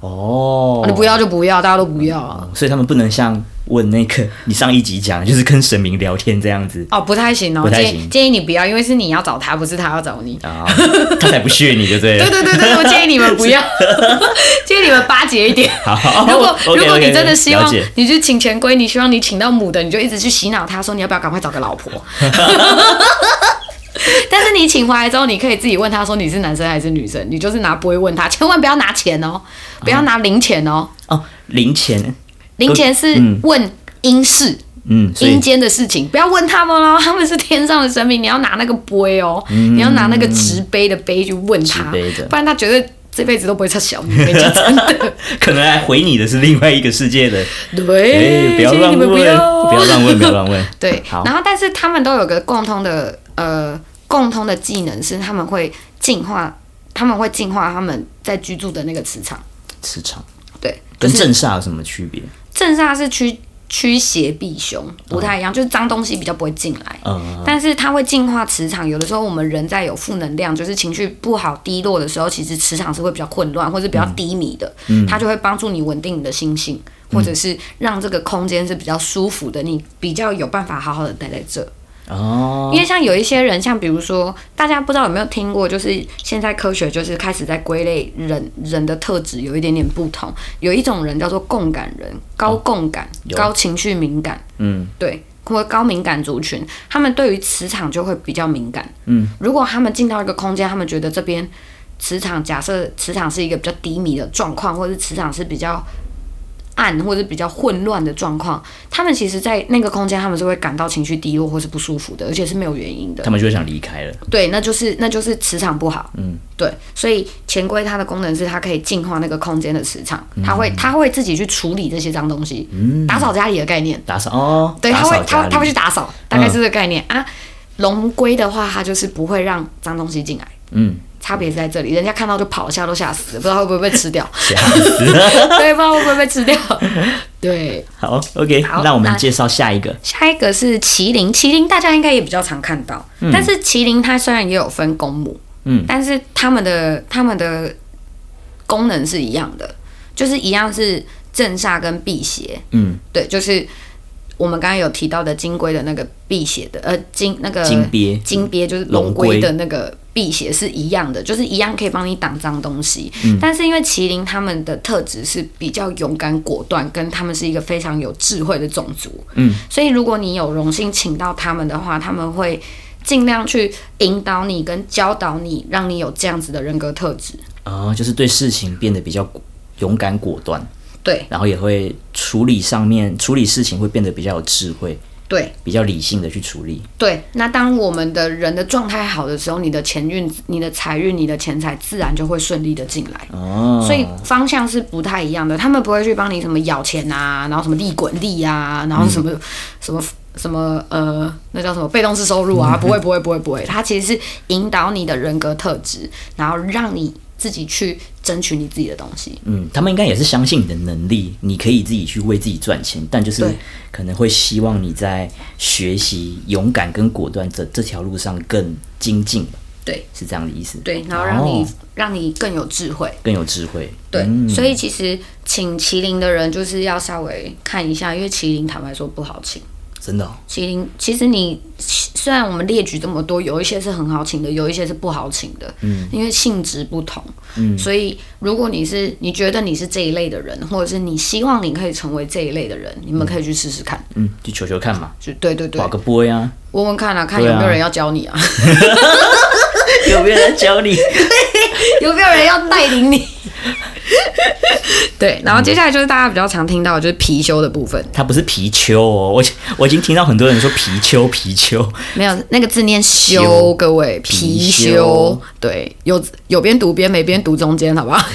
[SPEAKER 2] 哦，
[SPEAKER 1] 你不要就不要，大家都不要啊。
[SPEAKER 2] 所以他们不能像问那个你上一集讲，就是跟神明聊天这样子
[SPEAKER 1] 哦，不太行哦，
[SPEAKER 2] 不太
[SPEAKER 1] 建
[SPEAKER 2] 行
[SPEAKER 1] 建议你不要，因为是你要找他，不是他要找你。
[SPEAKER 2] 啊，他才不屑你，对 不
[SPEAKER 1] 对
[SPEAKER 2] 对了？
[SPEAKER 1] 对对对，我建议你们不要， 建议你们巴结一点。
[SPEAKER 2] 好
[SPEAKER 1] 如果、
[SPEAKER 2] OK，OK，
[SPEAKER 1] 如果你真的希
[SPEAKER 2] 哦了
[SPEAKER 1] 望
[SPEAKER 2] 解
[SPEAKER 1] 你去请钱龟，你希望你请到母的，你就一直去洗脑他说你要不要赶快找个老 婆。 但是你请回来之后，你可以自己问他说你是男生还是女生，你就是拿不会问他，千万不要拿钱哦，不要拿零钱哦，
[SPEAKER 2] 哦，零钱，
[SPEAKER 1] 零钱是
[SPEAKER 2] 嗯
[SPEAKER 1] 问阴事。
[SPEAKER 2] 嗯，所以
[SPEAKER 1] 阴间的事情，不要问他们哦，他们是天上的神明，你要拿那个杯哦，你要拿那个直杯的杯去问他，
[SPEAKER 2] 直嗯杯的
[SPEAKER 1] 不然他绝对这辈子都不会差小你。跟你 讲真的，
[SPEAKER 2] 可能来回你的是另外一个世界的，
[SPEAKER 1] 对，
[SPEAKER 2] 哎，不要
[SPEAKER 1] 建议
[SPEAKER 2] 乱
[SPEAKER 1] 你们不
[SPEAKER 2] 问，不
[SPEAKER 1] 要哦
[SPEAKER 2] 要乱问，不要乱问，
[SPEAKER 1] 对，
[SPEAKER 2] 好
[SPEAKER 1] 然后但是他们都有个共通的呃共通的技能是他们会进化，他们会进化他们在居住的那 个磁场，
[SPEAKER 2] 磁场
[SPEAKER 1] 对，就
[SPEAKER 2] 跟
[SPEAKER 1] 是
[SPEAKER 2] 正煞有什么区别？
[SPEAKER 1] 正煞是驱驱邪避凶，不太一样，就是脏东西比较不会进来。
[SPEAKER 2] 嗯，
[SPEAKER 1] 但是它会净化磁场。有的时候我们人在有负能量，就是情绪不好、低落的时候，其实磁场是会比较混乱或者比较低迷的。
[SPEAKER 2] 嗯
[SPEAKER 1] 它就会帮助你稳定你的心性，或者是让这个空间是比较舒服的，你比较有办法好好的待在这。
[SPEAKER 2] 哦
[SPEAKER 1] 因，为像有一些人，像比如说，大家不知道有没有听过，就是现在科学就是开始在归类人人的特质有一点点不同。有一种人叫做共感人，高共感、
[SPEAKER 2] 哦有
[SPEAKER 1] 高情绪敏感，
[SPEAKER 2] 嗯，
[SPEAKER 1] 对，或高敏感族群，他们对于磁场就会比较敏感。
[SPEAKER 2] 嗯，
[SPEAKER 1] 如果他们进到一个空间，他们觉得这边磁场，假设磁场是一个比较低迷的状况，或者是磁场是比较暗或者比较混乱的状况，他们其实，在那个空间，他们是会感到情绪低落或是不舒服的，而且是没有原因的
[SPEAKER 2] 他。们就会想离开了，
[SPEAKER 1] 对，那就是那就是磁场不好。
[SPEAKER 2] 嗯，
[SPEAKER 1] 对，所以钱龟它的功能是它可以净化那个空间的磁场，
[SPEAKER 2] 嗯
[SPEAKER 1] 它会它会自己去处理这些脏东西，打扫家里的概念。
[SPEAKER 2] 打扫哦，
[SPEAKER 1] 对，
[SPEAKER 2] 打
[SPEAKER 1] 他
[SPEAKER 2] 扫
[SPEAKER 1] 会
[SPEAKER 2] 家
[SPEAKER 1] 他
[SPEAKER 2] 里嗯
[SPEAKER 1] 他会去打扫，大概是这个概念、啊。龙龟的话，它就是不会让脏东西进来，
[SPEAKER 2] 嗯，
[SPEAKER 1] 差别是在这里，人家看到就跑，吓都吓死了，不知道会不会被吃 掉，
[SPEAKER 2] 这样子。
[SPEAKER 1] 对，不知道会不会被吃掉。对，
[SPEAKER 2] 好，OK，
[SPEAKER 1] 好
[SPEAKER 2] 那我们
[SPEAKER 1] 那
[SPEAKER 2] 介绍下一个。
[SPEAKER 1] 下一个是麒麟，麒麟大家应该也比较常看到，但是麒麟它虽然也有分公母，
[SPEAKER 2] 嗯
[SPEAKER 1] 但是它们的它们的功能是一样的，就是一样是正煞跟辟邪，
[SPEAKER 2] 嗯，
[SPEAKER 1] 对，就是我们刚刚有提到的金龟的那个辟邪的，呃，金那个
[SPEAKER 2] 金鳖
[SPEAKER 1] 金鳖就是龙
[SPEAKER 2] 龙龟
[SPEAKER 1] 龟的那个辟邪是一样的，就是一样可以帮你挡脏东西。
[SPEAKER 2] 嗯
[SPEAKER 1] 但是因为麒麟他们的特质是比较勇敢果断，跟他们是一个非常有智慧的种族，
[SPEAKER 2] 嗯，
[SPEAKER 1] 所以如果你有荣幸请到他们的话，他们会。尽量去引导你跟教导你，让你有这样子的人格特质。
[SPEAKER 2] 哦，就是对事情变得比较果勇敢果断，
[SPEAKER 1] 对
[SPEAKER 2] 然后也会处理上面处理事情会变得比较有智慧，
[SPEAKER 1] 对，
[SPEAKER 2] 比较理性的去处理。
[SPEAKER 1] 对，那当我们的人的状态好的时候，你的钱运、你的财运、你的钱财自然就会顺利的进来。
[SPEAKER 2] 哦，
[SPEAKER 1] 所以方向是不太一样的，他们不会去帮你什么咬钱啊，然后什么利滚利啊，然后什么、什么什么呃，那叫什么被动式收入啊，不会不会不会不会，它其实是引导你的人格特质，然后让你自己去争取你自己的东西。
[SPEAKER 2] 嗯，他们应该也是相信你的能力，你可以自己去为自己赚钱，但就是
[SPEAKER 1] 对
[SPEAKER 2] 可能会希望你在学习勇敢跟果断这这条路上更精进吧，
[SPEAKER 1] 对
[SPEAKER 2] 是这样的意思。
[SPEAKER 1] 对，然后让你、
[SPEAKER 2] 哦
[SPEAKER 1] 让你更有智慧。
[SPEAKER 2] 更有智慧。
[SPEAKER 1] 对，
[SPEAKER 2] 嗯
[SPEAKER 1] 所以其实请麒麟的人就是要稍微看一下，因为麒麟坦白说不好请。
[SPEAKER 2] 真的哦、
[SPEAKER 1] 麒麟其实你虽然我们列举这么多，有一些是很好请的，有一些是不好请的，嗯，因为性质不同，嗯，所以如果你是你觉得你是这一类的人，或者是你希望你可以成为这一类的人，你们可以去试试看，
[SPEAKER 2] 嗯，去求求看嘛，
[SPEAKER 1] 就对对对
[SPEAKER 2] 保，个波呀、
[SPEAKER 1] 问问看啊，看
[SPEAKER 2] 对
[SPEAKER 1] 有
[SPEAKER 2] 啊
[SPEAKER 1] 没有人要教你啊，
[SPEAKER 2] 有没有人教你？
[SPEAKER 1] 有没有人要带领你？对，然后接下来就是大家比较常听到的就是貔貅的部分，
[SPEAKER 2] 他不是貔貅哦，我我已经听到很多人说貔貅，貔貅，
[SPEAKER 1] 没有，那个字念修，
[SPEAKER 2] 修
[SPEAKER 1] 各位
[SPEAKER 2] 貔
[SPEAKER 1] 貔貅
[SPEAKER 2] 貅，
[SPEAKER 1] 对，有有边读边没边读中间，好不好？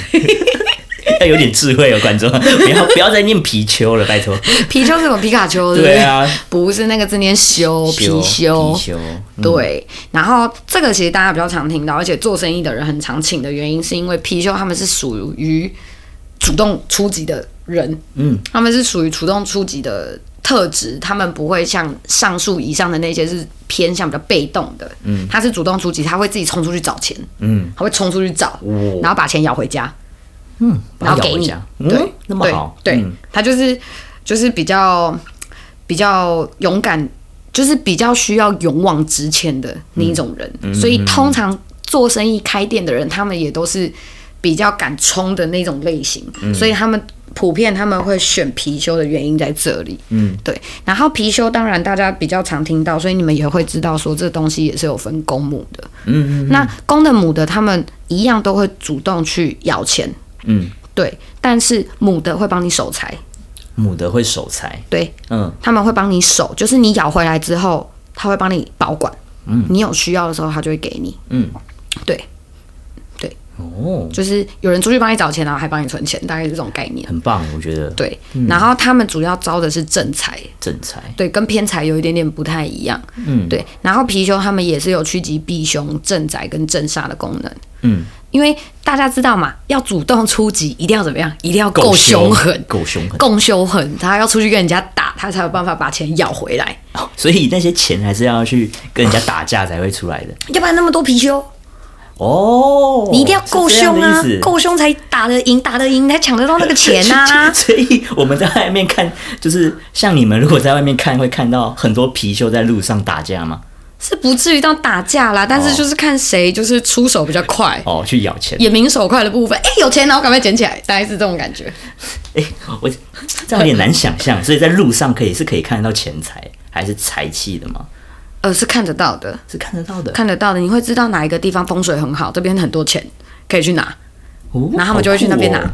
[SPEAKER 2] 要有点智慧哦，观众， 不要不要再念貔貅了，拜 托。
[SPEAKER 1] 貔貅是有皮卡丘，对不
[SPEAKER 2] 对啊，
[SPEAKER 1] 不是那个字念修，貔
[SPEAKER 2] 貔
[SPEAKER 1] 貅。
[SPEAKER 2] 貅，
[SPEAKER 1] 对，然后这个其实大家比较常听到，而且做生意的人很常请的原因，是因为貔貅他们是属于主动出击的人，
[SPEAKER 2] 嗯，
[SPEAKER 1] 他们是属于主动出击的特质，他们不会像上述以上的那些是偏向比较被动的，嗯，他是主动出击，他会自己冲出去找钱，
[SPEAKER 2] 嗯，
[SPEAKER 1] 他会冲出去找，
[SPEAKER 2] 哦
[SPEAKER 1] 然后把钱要回家，
[SPEAKER 2] 嗯，
[SPEAKER 1] 然后给
[SPEAKER 2] 把它咬回
[SPEAKER 1] 你
[SPEAKER 2] 家，
[SPEAKER 1] 对
[SPEAKER 2] 嗯，那么好，
[SPEAKER 1] 对，对
[SPEAKER 2] 嗯
[SPEAKER 1] 他就是就是比较比较勇敢，就是比较需要勇往直前的那一种人，所以通常做生意开店的人，他们也都是比较敢冲的那种类型，所以他们。普遍他们会选貔貅的原因在这里，嗯，对。然后貔貅当然大家比较常听到，所以你们也会知道说这东西也是有分公母的，嗯嗯那公的母的他们一样都会主动去要钱，
[SPEAKER 2] 嗯，
[SPEAKER 1] 对，但是母的会帮你守财，
[SPEAKER 2] 母的会守财，
[SPEAKER 1] 对，
[SPEAKER 2] 嗯，
[SPEAKER 1] 他们会帮你守，就是你咬回来之后，他会帮你保管，嗯，你有需要的时候，他就会给你，
[SPEAKER 2] 嗯，
[SPEAKER 1] 对，
[SPEAKER 2] 哦，
[SPEAKER 1] 就是有人出去帮你找钱，然后还帮你存钱，大概是这种概念，
[SPEAKER 2] 很嗯棒，我觉得
[SPEAKER 1] 对。然后他们主要招的是正财，
[SPEAKER 2] 正财，
[SPEAKER 1] 对，跟偏财有一点点不太一样，嗯，对。然后貔貅他们也是有趋吉避凶、镇宅跟镇煞的功能，
[SPEAKER 2] 嗯，
[SPEAKER 1] 因为大家知道嘛，要主动出击，一定要怎么样？一定要够
[SPEAKER 2] 够
[SPEAKER 1] 凶
[SPEAKER 2] 凶
[SPEAKER 1] 狠，
[SPEAKER 2] 够凶狠
[SPEAKER 1] 够凶狠，他要出去跟人家打，他才有办法把钱要回来，
[SPEAKER 2] 哦所以那些钱还是要去跟人家打架才会出来的
[SPEAKER 1] 要不然那么多貔貅，
[SPEAKER 2] 哦。
[SPEAKER 1] 你一定要够凶啊
[SPEAKER 2] 是这样的意，思。
[SPEAKER 1] 够凶才打得赢，打得赢才抢得到那个钱呐、啊
[SPEAKER 2] 所以我们在外面看，就是像你们如果在外面看，会看到很多貔貅在路上打架吗？
[SPEAKER 1] 是不至于到打架啦，但是就是看谁就是出手比较快。
[SPEAKER 2] 哦，去咬钱。
[SPEAKER 1] 眼明手快的部分，哎、有钱然后赶快捡起来，大概是这种感觉。
[SPEAKER 2] 哎、我这样有点难想象。所以在路上可以是可以看得到钱财还是财气的吗？
[SPEAKER 1] 呃，是看得到的，
[SPEAKER 2] 是看得到的。
[SPEAKER 1] 看得到的，你会知道哪一个地方风水很好，这边很多钱可以去拿，
[SPEAKER 2] 哦
[SPEAKER 1] 然后他们就会去那边拿。
[SPEAKER 2] 好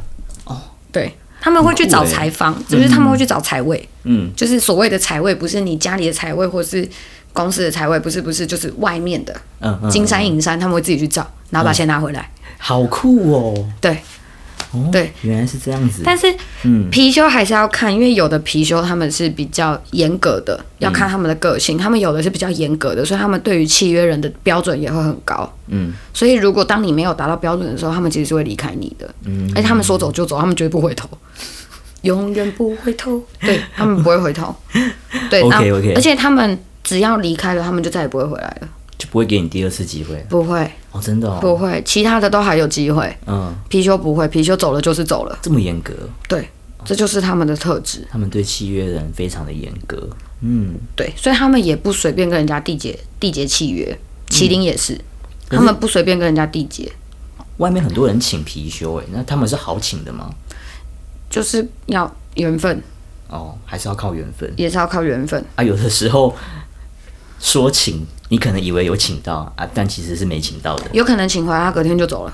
[SPEAKER 2] 酷哦
[SPEAKER 1] 对，他们会去找
[SPEAKER 2] 很酷欸
[SPEAKER 1] 财方，就是他们会去找财位。
[SPEAKER 2] 嗯
[SPEAKER 1] 就是所谓的财位，不是你家里的财位，或是公司的财位，不是不是，就是外面的
[SPEAKER 2] 嗯嗯，
[SPEAKER 1] 金山银山，他们会自己去找，然后把钱拿回来。
[SPEAKER 2] 好酷哦！
[SPEAKER 1] 对，
[SPEAKER 2] 哦
[SPEAKER 1] 对，
[SPEAKER 2] 原来是这样子。
[SPEAKER 1] 但是
[SPEAKER 2] 嗯
[SPEAKER 1] 貔貅还是要看，因为有的貔貅他们是比较严格的，
[SPEAKER 2] 嗯
[SPEAKER 1] 要看他们的个性。他们有的是比较严格的，所以他们对于契约人的标准也会很高。
[SPEAKER 2] 嗯，
[SPEAKER 1] 所以如果当你没有达到标准的时候，他们其实是会离开你的。嗯，而且他们说走就走，他们绝对不回头，
[SPEAKER 2] 嗯
[SPEAKER 1] 永远不回头。对他们不会回 头。对
[SPEAKER 2] OK，OK
[SPEAKER 1] 那而且他们只要离开了，他们就再也不会回来了。
[SPEAKER 2] 就不会给你第二次机会
[SPEAKER 1] 不会，
[SPEAKER 2] 哦，真的哦，
[SPEAKER 1] 不会，其他的都还有机会。
[SPEAKER 2] 嗯，
[SPEAKER 1] 貔貅不会，貔貅走了就是走了。
[SPEAKER 2] 这么严格，
[SPEAKER 1] 对，这就是他们的特质。
[SPEAKER 2] 他们对契约人非常的严格。嗯，
[SPEAKER 1] 对，所以他们也不随便跟人家缔结缔结契约，麒麟也是，
[SPEAKER 2] 嗯可是
[SPEAKER 1] 他们不随便跟人家缔结，
[SPEAKER 2] 外面很多人请貔貅，哎，那他们是好请的吗？
[SPEAKER 1] 就是要缘分，
[SPEAKER 2] 哦，还是要靠缘分
[SPEAKER 1] 也是要靠缘分。
[SPEAKER 2] 啊。有的时候说请，你可能以为有请到啊，但其实是没请到的，
[SPEAKER 1] 有可能请回来，他隔天就走了，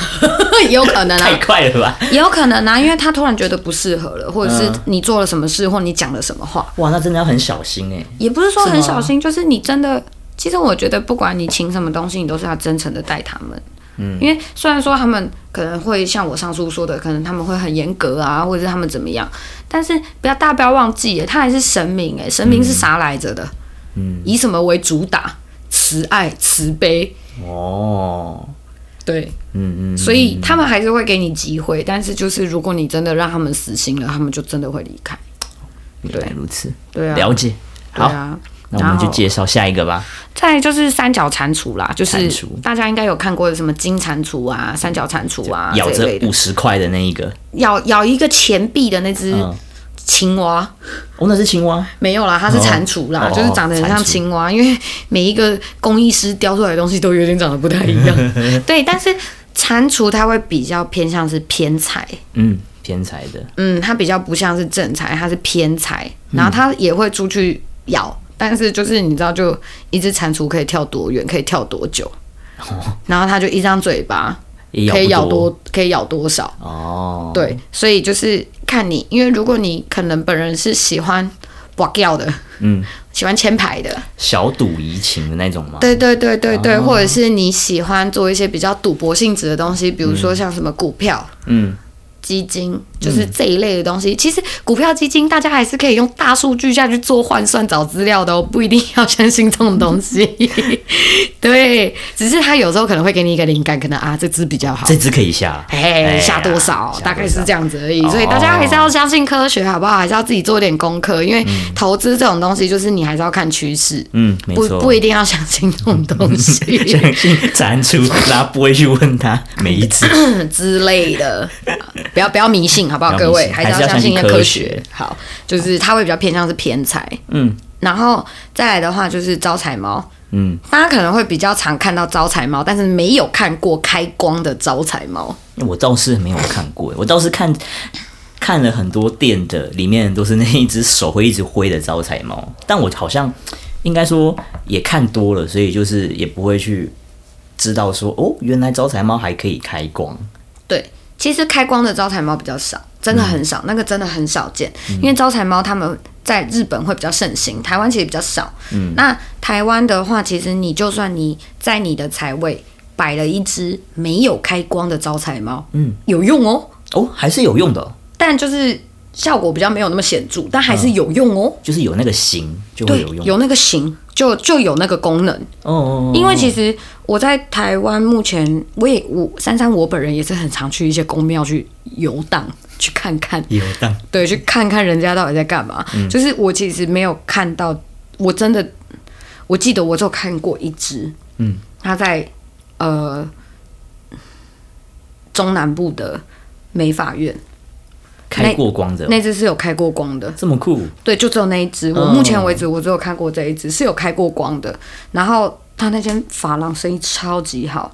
[SPEAKER 1] 也有可能
[SPEAKER 2] 太
[SPEAKER 1] 啊，
[SPEAKER 2] 快了吧？
[SPEAKER 1] 也有可能啊，因为他突然觉得不适合了，或者是
[SPEAKER 2] 嗯
[SPEAKER 1] 你做了什么事，或你讲了什么话，
[SPEAKER 2] 哇，那真的要很小心哎。
[SPEAKER 1] 也不是说
[SPEAKER 2] 是
[SPEAKER 1] 很
[SPEAKER 2] 吗
[SPEAKER 1] 小心，就是你真的，其实我觉得不管你请什么东西，你都是要真诚的待他们。嗯，因为虽然说他们可能会像我上述说的，可能他们会很严格啊，或者是他们怎么样，但是不要大家不要忘记耶，他还是神明哎，神明是啥来着的？嗯，以什么为主打？慈爱、慈悲，
[SPEAKER 2] 哦，
[SPEAKER 1] 对，
[SPEAKER 2] 嗯嗯，
[SPEAKER 1] 所以他们还是会给你机会，但是就是如果你真的让他们死心了，他们就真的会离开。
[SPEAKER 2] 原来如此，
[SPEAKER 1] 对啊，
[SPEAKER 2] 了解。
[SPEAKER 1] 对
[SPEAKER 2] 好，
[SPEAKER 1] 啊，
[SPEAKER 2] 那我们
[SPEAKER 1] 然
[SPEAKER 2] 就
[SPEAKER 1] 后
[SPEAKER 2] 介绍下一个吧。
[SPEAKER 1] 再来就是三角蟾蜍啦，就是
[SPEAKER 2] 蟾蜍
[SPEAKER 1] 大家应该有看过的什么金蟾蜍啊、三角蟾蜍啊
[SPEAKER 2] 咬
[SPEAKER 1] 这一
[SPEAKER 2] 着
[SPEAKER 1] 类的
[SPEAKER 2] 五十块的那一个，
[SPEAKER 1] 咬咬一个钱币的那只
[SPEAKER 2] 嗯，
[SPEAKER 1] 青蛙，
[SPEAKER 2] 哦，那是青蛙，
[SPEAKER 1] 没有啦，它是蟾蜍啦，
[SPEAKER 2] 哦
[SPEAKER 1] 就是长得很像青蛙，因为每一个工艺师雕出来的东西都有点长得不太一样。 对，但是蟾蜍它会比较偏向是偏财，
[SPEAKER 2] 嗯，偏财的，
[SPEAKER 1] 嗯，它比较不像是正财，它是偏财，
[SPEAKER 2] 嗯
[SPEAKER 1] 然后它也会出去咬，但是就是你知道，就一只蟾蜍可以跳多远，可以跳多久，然后它就一张嘴巴
[SPEAKER 2] 也
[SPEAKER 1] 可以咬
[SPEAKER 2] 哦不多，
[SPEAKER 1] 多，可以咬多少，
[SPEAKER 2] 哦，，
[SPEAKER 1] 对，所以就是看你，因为如果你可能本人是喜欢刮掉的，
[SPEAKER 2] 嗯，
[SPEAKER 1] 喜欢签牌的，
[SPEAKER 2] 小赌怡情的那种吗？
[SPEAKER 1] 对对对对
[SPEAKER 2] 啊
[SPEAKER 1] 对，或者是你喜欢做一些比较赌博性质的东西，比如说像什么股票。
[SPEAKER 2] 嗯，
[SPEAKER 1] 基金就是这一类的东西，其实股票、基金大家还是可以用大数据下去做换算、找资料的哦，不一定要相信这种东 西。对，只是他有时候可能会给你一个灵感，可能啊这支比较好
[SPEAKER 2] 这，只可以下，
[SPEAKER 1] 哎，下
[SPEAKER 2] 呀
[SPEAKER 1] 多少，
[SPEAKER 2] 下
[SPEAKER 1] 大概是
[SPEAKER 2] 多
[SPEAKER 1] 这
[SPEAKER 2] 少。
[SPEAKER 1] 样子而已。
[SPEAKER 2] 哦
[SPEAKER 1] 所以大家还是要相信科学，好不好？还是要自己做点功课，因为投资这种东西，就是你还是要看趋势，
[SPEAKER 2] 嗯，没
[SPEAKER 1] 不
[SPEAKER 2] 错，
[SPEAKER 1] 不一定要相信这种东西
[SPEAKER 2] 相信 蟾蜍，大家不会去问他每一只。
[SPEAKER 1] 之类的，不要不要迷信，好不好？
[SPEAKER 2] 不要
[SPEAKER 1] 各
[SPEAKER 2] 迷
[SPEAKER 1] 位
[SPEAKER 2] 信
[SPEAKER 1] 是
[SPEAKER 2] 还是
[SPEAKER 1] 要
[SPEAKER 2] 要
[SPEAKER 1] 相
[SPEAKER 2] 相
[SPEAKER 1] 信
[SPEAKER 2] 信
[SPEAKER 1] 一个
[SPEAKER 2] 科
[SPEAKER 1] 科
[SPEAKER 2] 学
[SPEAKER 1] 学。好，就是它会比较偏向是偏财，
[SPEAKER 2] 嗯
[SPEAKER 1] 然后再来的话就是招财猫。
[SPEAKER 2] 嗯，
[SPEAKER 1] 大家可能会比较常看到招财猫，但是没有看过开光的招财猫。
[SPEAKER 2] 我倒是没有看过，欸我倒是看看了很多店的，里面都是那一只手会一直挥的招财猫，但我好像应该说也看多了，所以就是也不会去知道说哦，原来招财猫还可以开光。
[SPEAKER 1] 对，其实开光的招财猫比较少，真的很
[SPEAKER 2] 嗯
[SPEAKER 1] 少，那个真的很少见。因为招财猫他们在日本会比较盛行，台湾其实比较少。嗯，那台湾的话，其实你就算你在你的财位摆了一只没有开光的招财猫，
[SPEAKER 2] 嗯，
[SPEAKER 1] 有用哦，
[SPEAKER 2] 哦，还是有用的哦、
[SPEAKER 1] 但就是效果比较没有那么显著，但还是有用哦。
[SPEAKER 2] 就是有那个形就嗯会
[SPEAKER 1] 对
[SPEAKER 2] 有，用。
[SPEAKER 1] 有那个形，就就有那个功能。
[SPEAKER 2] 哦哦，
[SPEAKER 1] 因为其
[SPEAKER 2] 实
[SPEAKER 1] 实我在台湾目前，我也我珊珊我本人也是很常去一些宫庙去游荡，去看看，
[SPEAKER 2] 有当
[SPEAKER 1] 对，去看看人家到底在干嘛。
[SPEAKER 2] 嗯
[SPEAKER 1] 就是我其实没有看到，我真的，我记得我就看过一只，
[SPEAKER 2] 嗯，
[SPEAKER 1] 它在呃中南部的美法院，
[SPEAKER 2] 开过光的哦，
[SPEAKER 1] 那只是有开过光的，
[SPEAKER 2] 这么酷，
[SPEAKER 1] 对，就只有那一只。我
[SPEAKER 2] 嗯
[SPEAKER 1] 目前为止我只有看过这一只，是有开过光的。然后他那间发廊生意超级好，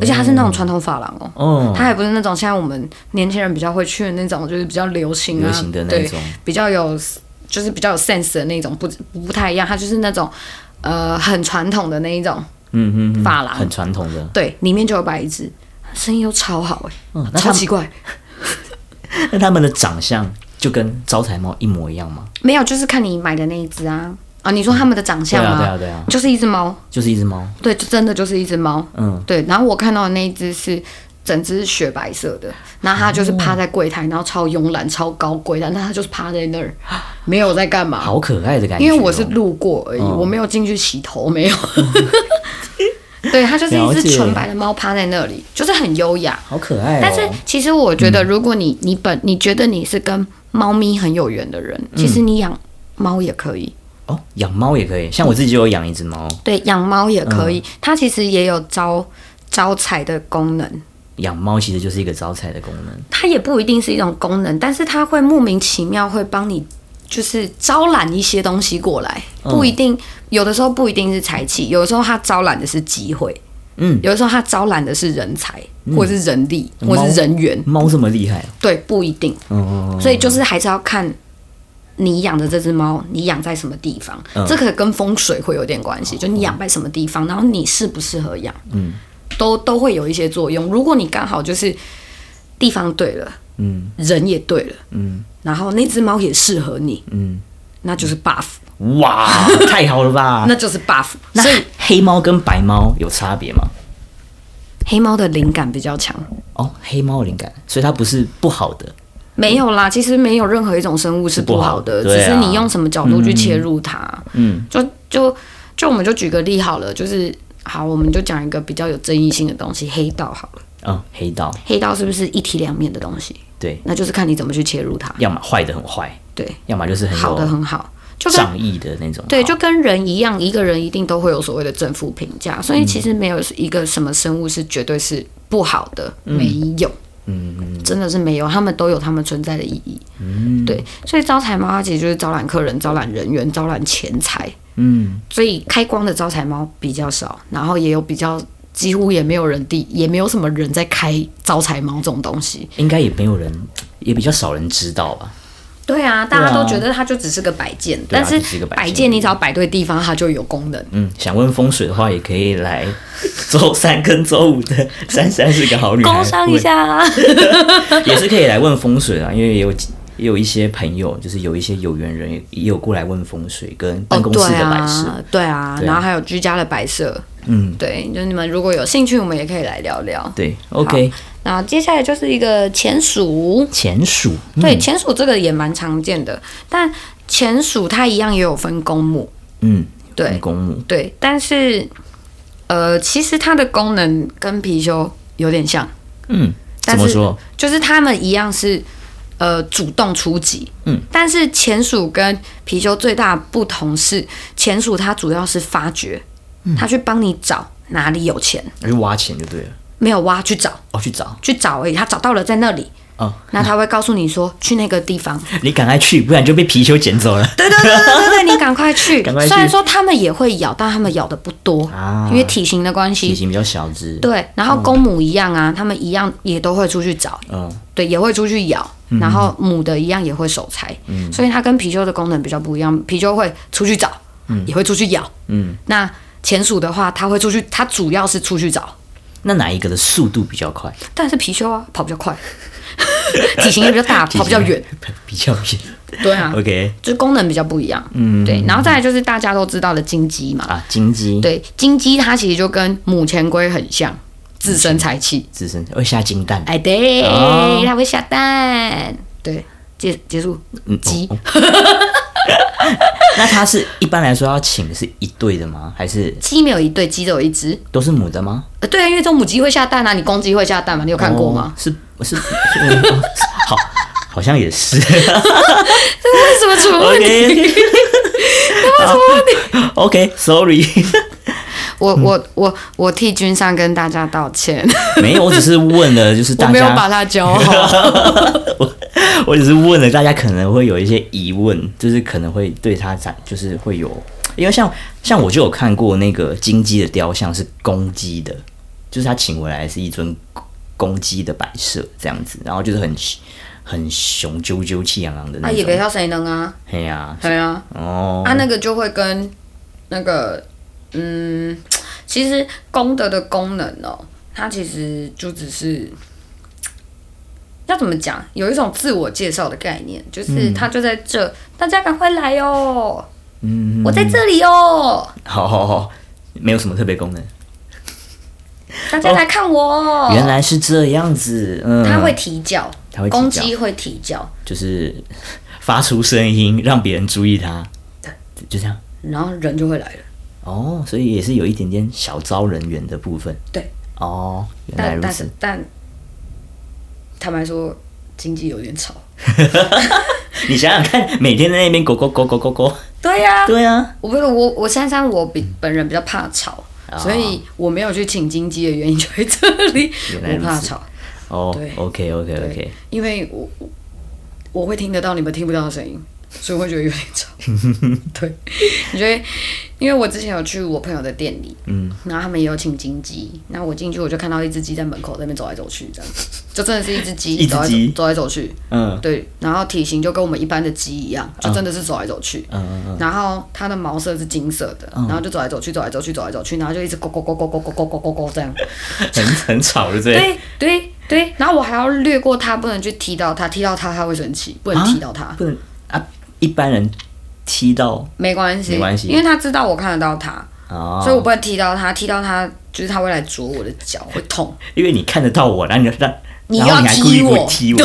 [SPEAKER 1] 而且他是那种传统发廊哦。
[SPEAKER 2] 哦，
[SPEAKER 1] 他还不是那种现在我们年轻人比较会去的那种，就是比较流行啊，
[SPEAKER 2] 流行的那
[SPEAKER 1] 对
[SPEAKER 2] 种，
[SPEAKER 1] 比较有就是比较有 sense 的那种，不不太一样。它就是那种呃很传统的那一种，
[SPEAKER 2] 嗯嗯嗯，
[SPEAKER 1] 发廊
[SPEAKER 2] 很传统的，
[SPEAKER 1] 对，里面就有摆一只，生意都超好哎、
[SPEAKER 2] 嗯，那
[SPEAKER 1] 超
[SPEAKER 2] 他
[SPEAKER 1] 奇怪。
[SPEAKER 2] 那他们的长相就跟招财猫一模一样吗？
[SPEAKER 1] 没有，就是看你买的那一只啊啊！你说他们的长
[SPEAKER 2] 对
[SPEAKER 1] 相
[SPEAKER 2] 啊对啊对啊，
[SPEAKER 1] 就是一只猫，
[SPEAKER 2] 就是一只猫，
[SPEAKER 1] 对，就真的就是一只猫。
[SPEAKER 2] 嗯，
[SPEAKER 1] 对，然后我看到的那一只是整只是雪白色的，然后他就是
[SPEAKER 2] 哦
[SPEAKER 1] 趴在柜台，然后超慵懒、超高贵，但他就是趴在那儿，没有在干嘛。
[SPEAKER 2] 好可爱的感觉哦、
[SPEAKER 1] 因为我是路过而已，
[SPEAKER 2] 嗯
[SPEAKER 1] 我没有进去洗头，没 有。对，它就是一
[SPEAKER 2] 了
[SPEAKER 1] 只
[SPEAKER 2] 解
[SPEAKER 1] 纯白的猫趴在那里，就是很优雅。
[SPEAKER 2] 好可爱、哦，嗯
[SPEAKER 1] 但是其实我觉得，如果你你本你觉得你是跟猫咪很有缘的人，其
[SPEAKER 2] 嗯
[SPEAKER 1] 实你养猫也可以，
[SPEAKER 2] 哦，养猫也可以，像我自己就有养一只猫，
[SPEAKER 1] 对，养猫也可
[SPEAKER 2] 嗯
[SPEAKER 1] 以，它其实也有招招财的功能。
[SPEAKER 2] 养猫其实就是一个招财的功能，
[SPEAKER 1] 它也不一定是一种功能，但是它会莫名其妙会帮你，就是招揽一些东西过来，
[SPEAKER 2] 嗯
[SPEAKER 1] 不一定，有的时候不一定是财气，有的时候它招揽的是机会，
[SPEAKER 2] 嗯，
[SPEAKER 1] 有的时候它招揽的是人才，或是人力，或
[SPEAKER 2] 猫
[SPEAKER 1] 是人员，
[SPEAKER 2] 猫这么厉害哦，
[SPEAKER 1] 对，不一定，
[SPEAKER 2] 嗯嗯嗯，
[SPEAKER 1] 所以就是还是要看。你养的这只猫，你养在什么地方？
[SPEAKER 2] 嗯
[SPEAKER 1] 这个跟风水会有点关系，就你养在什么地方，然后你适不适合养，哦嗯，都都会有一些作用。如果你刚好就是地方对了，
[SPEAKER 2] 嗯
[SPEAKER 1] 人也对了，
[SPEAKER 2] 嗯
[SPEAKER 1] 然后那只猫也适合你，
[SPEAKER 2] 嗯，
[SPEAKER 1] 那就是 buff，、
[SPEAKER 2] 哇， 太好了吧？
[SPEAKER 1] 啊那就是 buff。
[SPEAKER 2] 那
[SPEAKER 1] 所以
[SPEAKER 2] 黑猫跟白猫有差别吗？
[SPEAKER 1] 黑猫的灵感比较强。
[SPEAKER 2] 哦，黑猫的灵感，所以它不是不好的，
[SPEAKER 1] 没有啦，其实没有任何一种生物是不好的，
[SPEAKER 2] 是不好
[SPEAKER 1] 只
[SPEAKER 2] 的对
[SPEAKER 1] 是
[SPEAKER 2] 啊
[SPEAKER 1] 你用什么角度去切入它。
[SPEAKER 2] 嗯
[SPEAKER 1] 就就就我们就举个例好了，就是好，我们就讲一个比较有争议性的东西，黑道好了。
[SPEAKER 2] 嗯，黑道，
[SPEAKER 1] 黑道是不是一体两面的东西？
[SPEAKER 2] 对，
[SPEAKER 1] 那就是看你怎么去切入它。
[SPEAKER 2] 要么坏的很坏，
[SPEAKER 1] 对，
[SPEAKER 2] 要么就是很
[SPEAKER 1] 好的
[SPEAKER 2] 有
[SPEAKER 1] 很好，就跟
[SPEAKER 2] 仗义的那种好，
[SPEAKER 1] 对，就跟人一样，一个人一定都会有所谓的正负评价，所
[SPEAKER 2] 嗯
[SPEAKER 1] 以其实没有一个什么生物是绝对是不好的，没有，
[SPEAKER 2] 嗯
[SPEAKER 1] 真的是没有，他们都有他们存在的意义。对，所以招财猫它其实就是招揽客人、招揽人员、招揽钱财，
[SPEAKER 2] 嗯
[SPEAKER 1] 所以开光的招财猫比较少，然后也有比较几乎也没有人地，也没有什么人在开招财猫这种东西。
[SPEAKER 2] 应该也没有人，也比较少人知道吧？
[SPEAKER 1] 对啊，大家
[SPEAKER 2] 对啊
[SPEAKER 1] 都觉得它就只是个摆件，
[SPEAKER 2] 对啊
[SPEAKER 1] 但是
[SPEAKER 2] 只是一个摆件
[SPEAKER 1] 摆件你只要摆对地方，它就有功能。
[SPEAKER 2] 嗯，想问风水的话，也可以来 周三跟周五的珊珊是个好女孩，
[SPEAKER 1] 工商一下啊。
[SPEAKER 2] 问， 也是可以来问风水啊，因为也有也有一些朋友，就是有一些有缘人也也有过来问风水跟办公室的摆设，
[SPEAKER 1] 哦对啊，对啊，
[SPEAKER 2] 对啊
[SPEAKER 1] 然后还有居家的摆设，
[SPEAKER 2] 嗯，
[SPEAKER 1] 对，就你们如果有兴趣，我们也可以来聊聊。
[SPEAKER 2] 对，OK，
[SPEAKER 1] 那接下来就是一个钱鼠，
[SPEAKER 2] 钱鼠，嗯
[SPEAKER 1] 对，钱鼠这个也蛮常见的，但钱鼠它一样也有分公母，
[SPEAKER 2] 嗯，
[SPEAKER 1] 对
[SPEAKER 2] 公母，
[SPEAKER 1] 对，但是呃，其实它的功能跟貔貅有点像，
[SPEAKER 2] 嗯，
[SPEAKER 1] 但
[SPEAKER 2] 怎
[SPEAKER 1] 是
[SPEAKER 2] 么说？
[SPEAKER 1] 就是它们一样是呃主动出击，
[SPEAKER 2] 嗯，
[SPEAKER 1] 但是钱鼠跟貔貅最大的不同是，钱鼠它主要是发掘，
[SPEAKER 2] 嗯
[SPEAKER 1] 它去帮你找哪里有钱，
[SPEAKER 2] 哎我去挖钱就对了，
[SPEAKER 1] 没有挖去找，
[SPEAKER 2] 哦，去找，
[SPEAKER 1] 去找而已，它找到了在那里。
[SPEAKER 2] 哦，
[SPEAKER 1] 那它会告诉你说去那个地 方，
[SPEAKER 2] 你赶快去，不然就被貔貅捡走了。
[SPEAKER 1] 对对对对对对，你赶快去。
[SPEAKER 2] 赶快去
[SPEAKER 1] 虽然说它们也会咬，但它们咬的不多，
[SPEAKER 2] 啊
[SPEAKER 1] 因为体型的关
[SPEAKER 2] 体
[SPEAKER 1] 系。
[SPEAKER 2] 型哦比较小只，，
[SPEAKER 1] 对，然后公母一样啊，它们一样也都会出去找，
[SPEAKER 2] 嗯，
[SPEAKER 1] 对，也会出去咬，然后母的一样也会守财，
[SPEAKER 2] 嗯
[SPEAKER 1] 所以它跟貔貅的功能比较不一样，貔貅会出去找，也会出去咬，
[SPEAKER 2] 嗯，
[SPEAKER 1] 那钱鼠的话，它会出去，它主要是出去找，
[SPEAKER 2] 那哪一个的速度比较快？
[SPEAKER 1] 但是貔貅啊跑比较快， 体型也比较 大，跑比较远，，
[SPEAKER 2] 比较 远。
[SPEAKER 1] 对啊
[SPEAKER 2] OK
[SPEAKER 1] 就是功能比较不一样，
[SPEAKER 2] 嗯
[SPEAKER 1] 对，然后再来就是大家都知道的金鸡嘛，
[SPEAKER 2] 啊，金鸡，，
[SPEAKER 1] 对，金鸡它其实就跟母钱龟很像，自身财气，
[SPEAKER 2] 自身会下金蛋，
[SPEAKER 1] 哎对，
[SPEAKER 2] 哦
[SPEAKER 1] 它会下蛋，对，结结束，
[SPEAKER 2] 嗯
[SPEAKER 1] 鸡。
[SPEAKER 2] 哦哦那它是一般来说要请是一对的吗？还是
[SPEAKER 1] 鸡没有一对，鸡只有一只。
[SPEAKER 2] 都是母的吗？
[SPEAKER 1] 呃，对啊，因为这种母鸡会下蛋啊，你公鸡会下蛋嘛？你有看过吗
[SPEAKER 2] 哦？？是是，嗯哦是好，好像 也是。
[SPEAKER 1] 为 什么出问题
[SPEAKER 2] 哦 OK，好 OK，Sorry，
[SPEAKER 1] 我
[SPEAKER 2] 嗯
[SPEAKER 1] 我我我替君上跟大家道歉，
[SPEAKER 2] 没有，我只是问了，就是
[SPEAKER 1] 我
[SPEAKER 2] 大
[SPEAKER 1] 没有
[SPEAKER 2] 家
[SPEAKER 1] 把它教好。
[SPEAKER 2] 我我只是问了大家，可能会有一些疑问，就是可能会对它产，就是会有，因为像像我就有看过那个金鸡的雕像是公鸡的，就是他请回来是一尊公鸡的摆设这样子，然后就是很很雄赳赳气昂昂的
[SPEAKER 1] 啊，
[SPEAKER 2] 那
[SPEAKER 1] 也别
[SPEAKER 2] 种，
[SPEAKER 1] 叫谁能啊，
[SPEAKER 2] 哎呀、
[SPEAKER 1] 对啊，
[SPEAKER 2] 哦，
[SPEAKER 1] 啊那个就会跟那个嗯，其实功德的功能哦，它其实就只是。要怎么讲？有一种自我介绍的概念，就是它就在这，大家赶快来哦！
[SPEAKER 2] 嗯，
[SPEAKER 1] 我在这里哦！
[SPEAKER 2] 好好好，没有什么特别功能，
[SPEAKER 1] 大家来看我哦。
[SPEAKER 2] 原来是这样子，嗯，
[SPEAKER 1] 它会提脚，
[SPEAKER 2] 它会提脚
[SPEAKER 1] 公鸡会提脚，
[SPEAKER 2] 就是发出声音让别人注意它，对，就这样。
[SPEAKER 1] 然后人就会来了。
[SPEAKER 2] 哦，所以也是有一点点小招人缘的部分。
[SPEAKER 1] 对，
[SPEAKER 2] 哦，原来
[SPEAKER 1] 但
[SPEAKER 2] 如
[SPEAKER 1] 但
[SPEAKER 2] 此
[SPEAKER 1] 是。但，坦白说，经济有点吵。
[SPEAKER 2] 你想想看，每天在那边狗狗狗狗 狗狗，
[SPEAKER 1] 对呀、
[SPEAKER 2] 对啊，
[SPEAKER 1] 我不是我我珊珊，我比本人比较怕吵，
[SPEAKER 2] 哦
[SPEAKER 1] 所以我没有去请经济的原因就在这里，
[SPEAKER 2] 原来
[SPEAKER 1] 我
[SPEAKER 2] 如此
[SPEAKER 1] 怕吵。
[SPEAKER 2] 哦
[SPEAKER 1] 对
[SPEAKER 2] ，OK OK
[SPEAKER 1] 对
[SPEAKER 2] OK，
[SPEAKER 1] 因为我我我会听得到你们听不到的声音，所以我会觉得有点 吵。对，你觉得？因为我之前有去我朋友的店里，嗯，然后他们也有请金鸡，那我进去我就看到一只鸡在门口在那边走来走去， 这样子，就真的是一只鸡
[SPEAKER 2] 一只
[SPEAKER 1] 走来走
[SPEAKER 2] 鸡
[SPEAKER 1] 走来走去，
[SPEAKER 2] 嗯
[SPEAKER 1] 对，然后体型就跟我们一般的鸡一样，就真的是走来走去，
[SPEAKER 2] 嗯嗯嗯，
[SPEAKER 1] 然后它的毛色是金色的，然后就走来走去，走来走去，走来走去，然后就一直咕咕咕咕咕咕咕咕咕咕这样。
[SPEAKER 2] 很很吵，对不对？
[SPEAKER 1] 对对对，然后我还要略过它，不能去踢到它，踢到它它会生气，不能
[SPEAKER 2] 啊
[SPEAKER 1] 踢到它，
[SPEAKER 2] 不能啊，一般人踢到
[SPEAKER 1] 没关系，
[SPEAKER 2] 没关系
[SPEAKER 1] 因为它知道我看得到它，
[SPEAKER 2] 哦，
[SPEAKER 1] 所以我不能踢到它，踢到它就是它会来啄我的脚，会痛。
[SPEAKER 2] 因为你看得到我，然后你就让，
[SPEAKER 1] 你
[SPEAKER 2] 然后
[SPEAKER 1] 要
[SPEAKER 2] 你还故意
[SPEAKER 1] 踢我
[SPEAKER 2] 不踢我，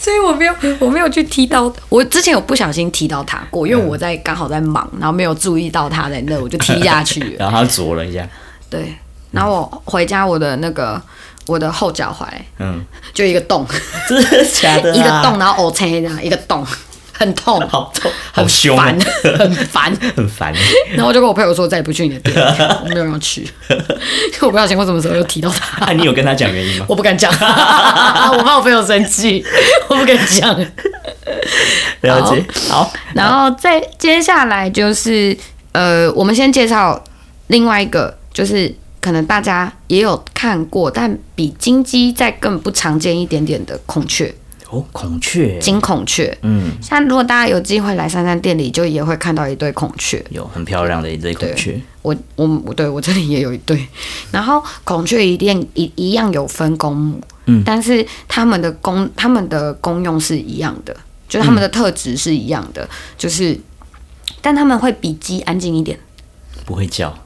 [SPEAKER 1] 所以我没有，我没有去踢到。我之前有不小心踢到它过，因为我在刚好在忙，然后没有注意到它在那，我就踢下去了。
[SPEAKER 2] 然后他啄了一下，
[SPEAKER 1] 对，然后我回家，我的那个我的后脚踝
[SPEAKER 2] 嗯，
[SPEAKER 1] 就一个洞，
[SPEAKER 2] 真的假的、啊？
[SPEAKER 1] 一个洞，，然后 O 这样一个洞，很痛，
[SPEAKER 2] 好痛，好
[SPEAKER 1] 很
[SPEAKER 2] 凶、啊
[SPEAKER 1] 烦， 很烦。
[SPEAKER 2] 很烦。
[SPEAKER 1] 然后我就跟我朋友说，我再也不去你的店了，我没有要去， 因为我不小心我什么时候又提到他，
[SPEAKER 2] 啊，你有跟他讲原因吗？
[SPEAKER 1] 我不敢讲，我怕我朋友生气，我不敢讲。
[SPEAKER 2] 了解，好，
[SPEAKER 1] 然后再接下来就是，呃，我们先介绍另外一个，就是可能大家也有看过，但比金鸡再更不常见一点点的孔雀，
[SPEAKER 2] 哦，孔雀，
[SPEAKER 1] 金孔雀。
[SPEAKER 2] 嗯，
[SPEAKER 1] 像如果大家有机会来珊珊店里，就也会看到一对孔雀。
[SPEAKER 2] 有很漂亮的一对孔雀，
[SPEAKER 1] 我我我对我这里也有一对，然后孔雀一定一一样有分公母，
[SPEAKER 2] 嗯
[SPEAKER 1] 但是它们的功它们的功用是一样的，就是
[SPEAKER 2] 嗯
[SPEAKER 1] 它们的特质是一样的，就是，但它们会比鸡安静一点，
[SPEAKER 2] 不会叫，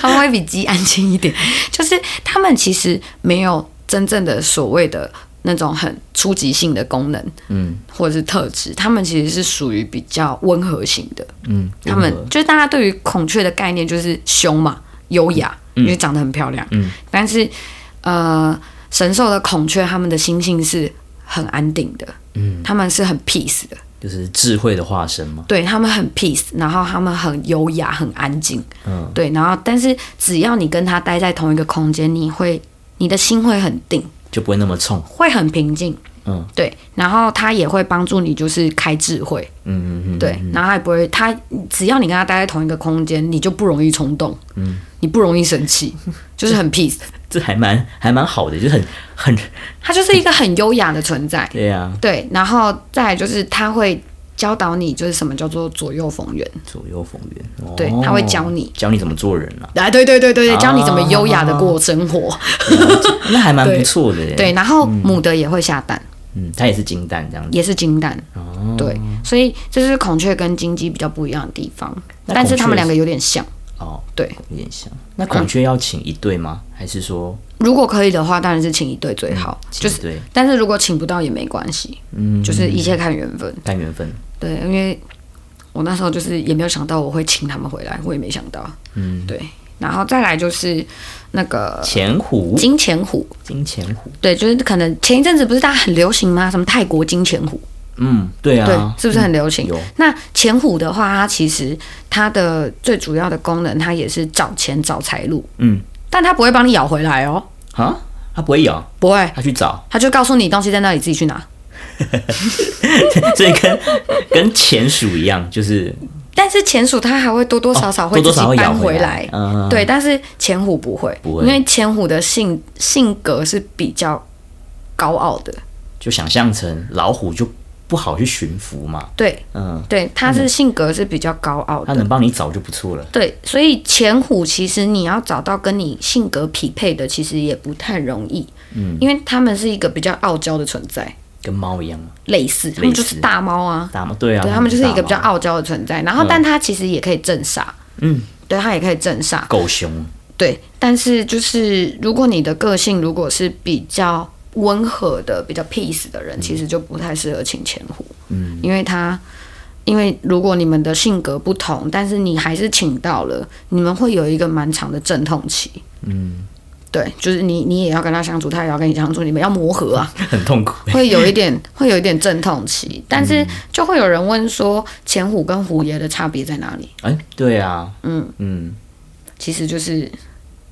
[SPEAKER 1] 它们会比鸡安静一点，就是它们其实没有真正的所谓的那种很初级性的功能
[SPEAKER 2] 嗯
[SPEAKER 1] 或者是特质，它们其实是属于比较温和型的，
[SPEAKER 2] 嗯，
[SPEAKER 1] 他们
[SPEAKER 2] 温和
[SPEAKER 1] 就是大家对于孔雀的概念就是凶嘛，优雅，因为长得很漂亮。
[SPEAKER 2] 嗯
[SPEAKER 1] 但是呃，神兽的孔雀，它们的心性是很安定的，
[SPEAKER 2] 嗯，
[SPEAKER 1] 它们是很 peace 的，
[SPEAKER 2] 就是智慧的化身嘛，
[SPEAKER 1] 对，它们很 peace，然后它们很优雅，很安静，
[SPEAKER 2] 嗯，
[SPEAKER 1] 对，然后但是只要你跟它待在同一个空间，你会你的心会很定，
[SPEAKER 2] 就不会那么冲，
[SPEAKER 1] 会很平静，
[SPEAKER 2] 嗯，
[SPEAKER 1] 对，然后它也会帮助你就是开智慧，
[SPEAKER 2] 嗯嗯嗯，
[SPEAKER 1] 对，然后他也不会，他只要你跟他待在同一个空间，你就不容易冲动，嗯，你不容易生气， 就是很 peace，
[SPEAKER 2] 这还蛮还蛮好的，就是很很，，
[SPEAKER 1] 他就是一个很优雅的存在
[SPEAKER 2] 对啊，
[SPEAKER 1] 对，然后再来就是他会教导你，就是什么叫做左右逢源，
[SPEAKER 2] 左右逢源，哦
[SPEAKER 1] 对他会教你
[SPEAKER 2] 教你怎么做人啊，
[SPEAKER 1] 啊，对对对对对，教你怎么优雅的过生活，
[SPEAKER 2] 那还蛮不错的耶，
[SPEAKER 1] 对，，然后母的也会下蛋，
[SPEAKER 2] 嗯，它也是金蛋这样子，
[SPEAKER 1] 也是金蛋，
[SPEAKER 2] 哦，
[SPEAKER 1] 对，所以这是孔雀跟金鸡比较不一样的地方，
[SPEAKER 2] 那
[SPEAKER 1] 但是
[SPEAKER 2] 孔雀
[SPEAKER 1] 它们两
[SPEAKER 2] 是
[SPEAKER 1] 个有点像，
[SPEAKER 2] 哦，
[SPEAKER 1] 对，
[SPEAKER 2] 有点像。那孔雀要请一对吗？还是说，
[SPEAKER 1] 如果可以的话，当然是请一对最好，
[SPEAKER 2] 嗯请
[SPEAKER 1] 就
[SPEAKER 2] 一
[SPEAKER 1] 是
[SPEAKER 2] 对，
[SPEAKER 1] 但是如果请不到也没关系，
[SPEAKER 2] 嗯，
[SPEAKER 1] 就是一切看缘分。
[SPEAKER 2] 看缘分，
[SPEAKER 1] 对，因为我那时候就是也没有想到我会请他们回来，我也没想到。
[SPEAKER 2] 嗯，
[SPEAKER 1] 对，然后再来就是那个
[SPEAKER 2] 钱虎，
[SPEAKER 1] 金钱虎，
[SPEAKER 2] 金钱虎，
[SPEAKER 1] 对，就是可能前一阵子不是大家很流行吗？什么泰国金钱虎，
[SPEAKER 2] 嗯，对
[SPEAKER 1] 对
[SPEAKER 2] 啊，，
[SPEAKER 1] 是不是很流行？
[SPEAKER 2] 有
[SPEAKER 1] 那钱虎的话，它其实它的最主要的功能，它也是找钱找财路，
[SPEAKER 2] 嗯，
[SPEAKER 1] 但它不会帮你咬回来哦，
[SPEAKER 2] 啊，它不会咬，
[SPEAKER 1] 不会，
[SPEAKER 2] 它去找，
[SPEAKER 1] 它就告诉你东西在那里，自己去拿。
[SPEAKER 2] 所以跟 跟钱鼠一样，就是
[SPEAKER 1] 但是钱鼠它还会多多少少
[SPEAKER 2] 多
[SPEAKER 1] 会
[SPEAKER 2] 哦多
[SPEAKER 1] 自己
[SPEAKER 2] 少会咬
[SPEAKER 1] 搬回
[SPEAKER 2] 来
[SPEAKER 1] 来，，
[SPEAKER 2] 嗯，
[SPEAKER 1] 对，但是千虎不会，
[SPEAKER 2] 不会
[SPEAKER 1] 因为千虎的性性格是比较高傲的，
[SPEAKER 2] 就想象成老虎就不好去驯服嘛，
[SPEAKER 1] 对
[SPEAKER 2] 嗯，
[SPEAKER 1] 对，它是性格是比较高傲
[SPEAKER 2] 它
[SPEAKER 1] 的
[SPEAKER 2] 能，帮你找就不错了，
[SPEAKER 1] 对，所以千虎其实你要找到跟你性格匹配的，其实也不太容易，嗯，因为他们是一个比较傲娇的存在，
[SPEAKER 2] 跟猫一样嘛，
[SPEAKER 1] 类似，他们
[SPEAKER 2] 类
[SPEAKER 1] 就
[SPEAKER 2] 似
[SPEAKER 1] 是大猫啊。
[SPEAKER 2] 大猫，对啊，
[SPEAKER 1] 对他
[SPEAKER 2] 它
[SPEAKER 1] 们就是一
[SPEAKER 2] 大
[SPEAKER 1] 个比较
[SPEAKER 2] 猫，
[SPEAKER 1] 傲娇的存在，然后但它其实也可以镇煞，
[SPEAKER 2] 嗯，
[SPEAKER 1] 对，它也可以镇煞。
[SPEAKER 2] 够凶，
[SPEAKER 1] 对，但是就是如果你的个性如果是比较温和的、比较 peace 的人，其实就不太适合请前呼。嗯，因为他，因为如果你们的性格不同，但是你还是请到了，你们会有一个蛮长的阵痛期。嗯，对，就是你你也要跟他相处，他也要跟你相处，你们要磨合啊。
[SPEAKER 2] 很 痛苦。
[SPEAKER 1] 会有一点会有一点阵痛期，但是就会有人问说前虎跟虎爷的差别在哪里？
[SPEAKER 2] 哎、对啊，
[SPEAKER 1] 嗯
[SPEAKER 2] 嗯，
[SPEAKER 1] 其实就是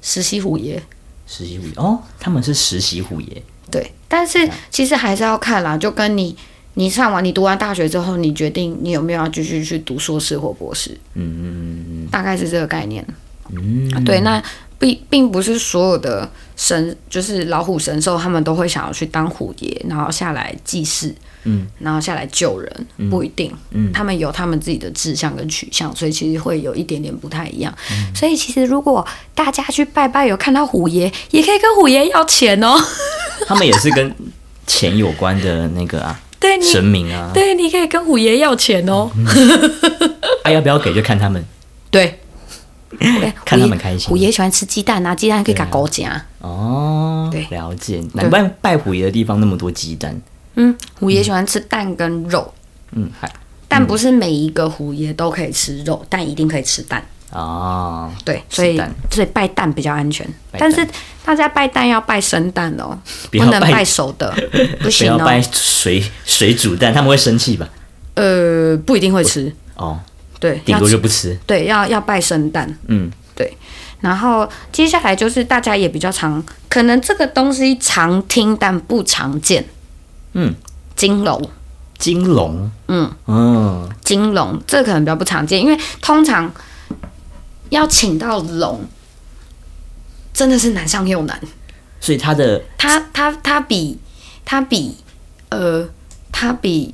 [SPEAKER 1] 实习虎爷。
[SPEAKER 2] 实习虎爷哦，他们是实习虎爷，
[SPEAKER 1] 对，但是其实还是要看啦，就跟你你上完你读完大学之后，你决定你有没有要继续去读硕士或博士，
[SPEAKER 2] 嗯嗯
[SPEAKER 1] 大概是这个概念。
[SPEAKER 2] 嗯嗯，
[SPEAKER 1] 对，那并并不是所有的神就是老虎神兽，他们都会想要去当虎爷，然后下来祭祀，
[SPEAKER 2] 嗯，
[SPEAKER 1] 然后下来救人，不一定，
[SPEAKER 2] 嗯
[SPEAKER 1] 他们有他们自己的志向跟取向，所以其实会有一点点不太一样。
[SPEAKER 2] 嗯
[SPEAKER 1] 所以其实如果大家去拜拜有看到虎爷，也可以跟虎爷要钱哦。
[SPEAKER 2] 他们也是跟钱有关的那个啊，
[SPEAKER 1] 对你
[SPEAKER 2] 神明啊，
[SPEAKER 1] 对，你可以跟虎爷要钱哦。
[SPEAKER 2] 啊要不要给就看他们
[SPEAKER 1] 对，
[SPEAKER 2] 看他们开心
[SPEAKER 1] 哎虎爷喜欢吃鸡蛋啊，鸡蛋可以给
[SPEAKER 2] 对啊
[SPEAKER 1] 狗夹。
[SPEAKER 2] 哦
[SPEAKER 1] 对，
[SPEAKER 2] 了解，难怪拜虎爷的地方那么多鸡蛋，
[SPEAKER 1] 嗯，虎爷喜欢吃蛋跟肉，
[SPEAKER 2] 嗯，还
[SPEAKER 1] 但不是每一个虎爷都可以吃肉，但一定可以吃蛋。
[SPEAKER 2] 哦，
[SPEAKER 1] 对，
[SPEAKER 2] 吃
[SPEAKER 1] 所以
[SPEAKER 2] 蛋
[SPEAKER 1] 所以拜蛋比较安全，
[SPEAKER 2] 拜
[SPEAKER 1] 但
[SPEAKER 2] 蛋
[SPEAKER 1] 是大家拜蛋要拜生蛋哦， 不
[SPEAKER 2] 不要
[SPEAKER 1] 能
[SPEAKER 2] 拜
[SPEAKER 1] 拜熟的，不
[SPEAKER 2] 不
[SPEAKER 1] 行
[SPEAKER 2] 要拜
[SPEAKER 1] 哦。
[SPEAKER 2] 水水煮蛋，他们会生气吧？
[SPEAKER 1] 呃，不一定会吃，
[SPEAKER 2] 哦，
[SPEAKER 1] 对，
[SPEAKER 2] 顶
[SPEAKER 1] 要
[SPEAKER 2] 多
[SPEAKER 1] 吃
[SPEAKER 2] 就不吃，
[SPEAKER 1] 对，要要拜生蛋。
[SPEAKER 2] 嗯，
[SPEAKER 1] 对。然后接下来就是大家也比较常，可能这个东西常听但不常见。
[SPEAKER 2] 嗯，
[SPEAKER 1] 金龙，
[SPEAKER 2] 金龙，
[SPEAKER 1] 嗯
[SPEAKER 2] 嗯，
[SPEAKER 1] 金龙，这个可能比较不常见，因为通常要请到龙，真的是难上又难。
[SPEAKER 2] 所以他的
[SPEAKER 1] 它它它比它比呃它比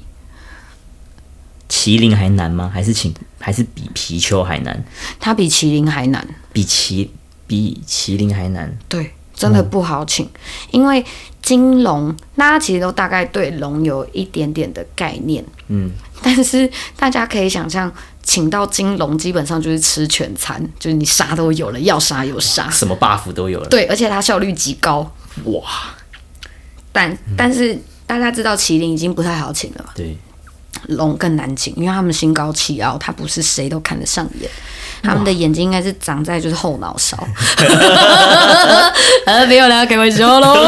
[SPEAKER 2] 麒麟还难吗？还是请还是比貔貅还难？
[SPEAKER 1] 它比麒麟还难。
[SPEAKER 2] 比麒比麒麟还难？
[SPEAKER 1] 对，真的不好请，因为金龙大家其实都大概对龙有一点点的概念，
[SPEAKER 2] 嗯，
[SPEAKER 1] 但是大家可以想象，请到金龙基本上就是吃全餐，就是你啥都有了，要啥有啥。
[SPEAKER 2] 什么 buff 都有了，
[SPEAKER 1] 啊对，而且它效率极高，
[SPEAKER 2] 哇，
[SPEAKER 1] 但但是大家知道麒麟已经不太好请了嘛，
[SPEAKER 2] 对，
[SPEAKER 1] 龙更难请，因为他们心高气傲，他不是谁都看得上眼。他们的眼睛应该是长在就是后脑勺，呃，没有啦，开玩笑喽。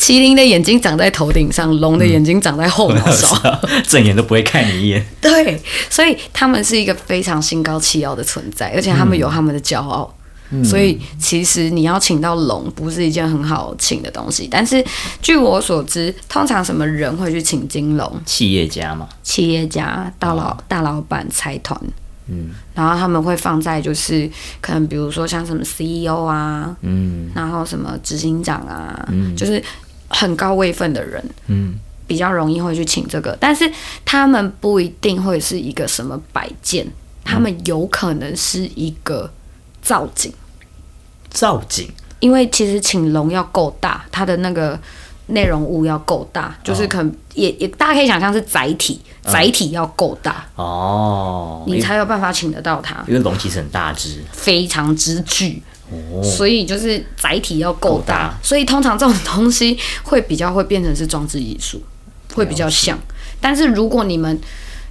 [SPEAKER 1] 麒麟的眼睛长在头顶上，龙的眼睛长在后脑勺。
[SPEAKER 2] 正眼都不会看你一眼，
[SPEAKER 1] 对，所以他们是一个非常心高气傲的存在，而且他们有他们的骄傲。所以其实你要请到龙不是一件很好请的东西，但是据我所知，通常什么人会去请金龙？
[SPEAKER 2] 企业家嘛，
[SPEAKER 1] 企业家、大老、大老板、财团，
[SPEAKER 2] 啊嗯
[SPEAKER 1] 然后他们会放在就是可能比如说像什么 CEO 啊，
[SPEAKER 2] 嗯
[SPEAKER 1] 然后什么执行长啊，
[SPEAKER 2] 嗯
[SPEAKER 1] 就是很高位份的人，
[SPEAKER 2] 嗯，
[SPEAKER 1] 比较容易会去请这个，但是他们不一定会是一个什么摆件，
[SPEAKER 2] 嗯
[SPEAKER 1] 他们有可能是一个造景，
[SPEAKER 2] 造景
[SPEAKER 1] 因为其实请龙要够大，它的那个内容物要够大，
[SPEAKER 2] 啊
[SPEAKER 1] 就是可能也也大家可以想象是载体，载体要够大，
[SPEAKER 2] 哦，因
[SPEAKER 1] 你
[SPEAKER 2] 为
[SPEAKER 1] 才有办法请得到它，
[SPEAKER 2] 因为龙其实很大只
[SPEAKER 1] 非常之巨。
[SPEAKER 2] 哦，
[SPEAKER 1] 所以就是载体要够
[SPEAKER 2] 够
[SPEAKER 1] 大
[SPEAKER 2] 大，
[SPEAKER 1] 所以通常这种东西会比较会变成是装置艺术，会比较像。但是如果你们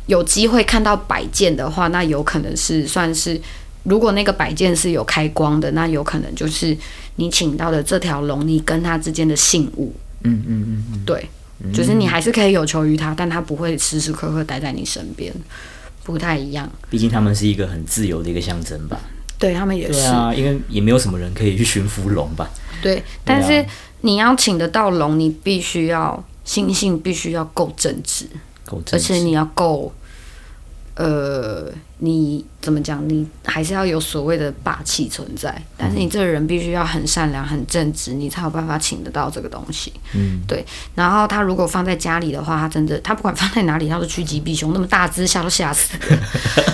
[SPEAKER 1] 有机会看到摆件的话，那有可能是算是，如果那个摆件是有开光的，那有可能就是你请到的这条龙，你跟它之间的信物，
[SPEAKER 2] 嗯嗯嗯，
[SPEAKER 1] 对，就是你还是可以有求于它，但它不会时时刻刻待在你身边，不太一样。
[SPEAKER 2] 毕竟他们是一个很自由的一个象征吧，
[SPEAKER 1] 对他们也
[SPEAKER 2] 对
[SPEAKER 1] 是，
[SPEAKER 2] 啊，因为也没有什么人可以去驯服龙吧，
[SPEAKER 1] 对，但是你要请得到龙，你必须要心性必须要够正直，
[SPEAKER 2] 够
[SPEAKER 1] 而
[SPEAKER 2] 正
[SPEAKER 1] 且
[SPEAKER 2] 式
[SPEAKER 1] 你要够，呃，你怎么讲？你还是要有所谓的霸气存在，但是你这个人必须要很善良、很正直，你才有办法请得到这个东西。
[SPEAKER 2] 嗯，
[SPEAKER 1] 对。然后他如果放在家里的话，他真的他不管放在哪里，他都趋吉避凶，那么大只吓都吓死了。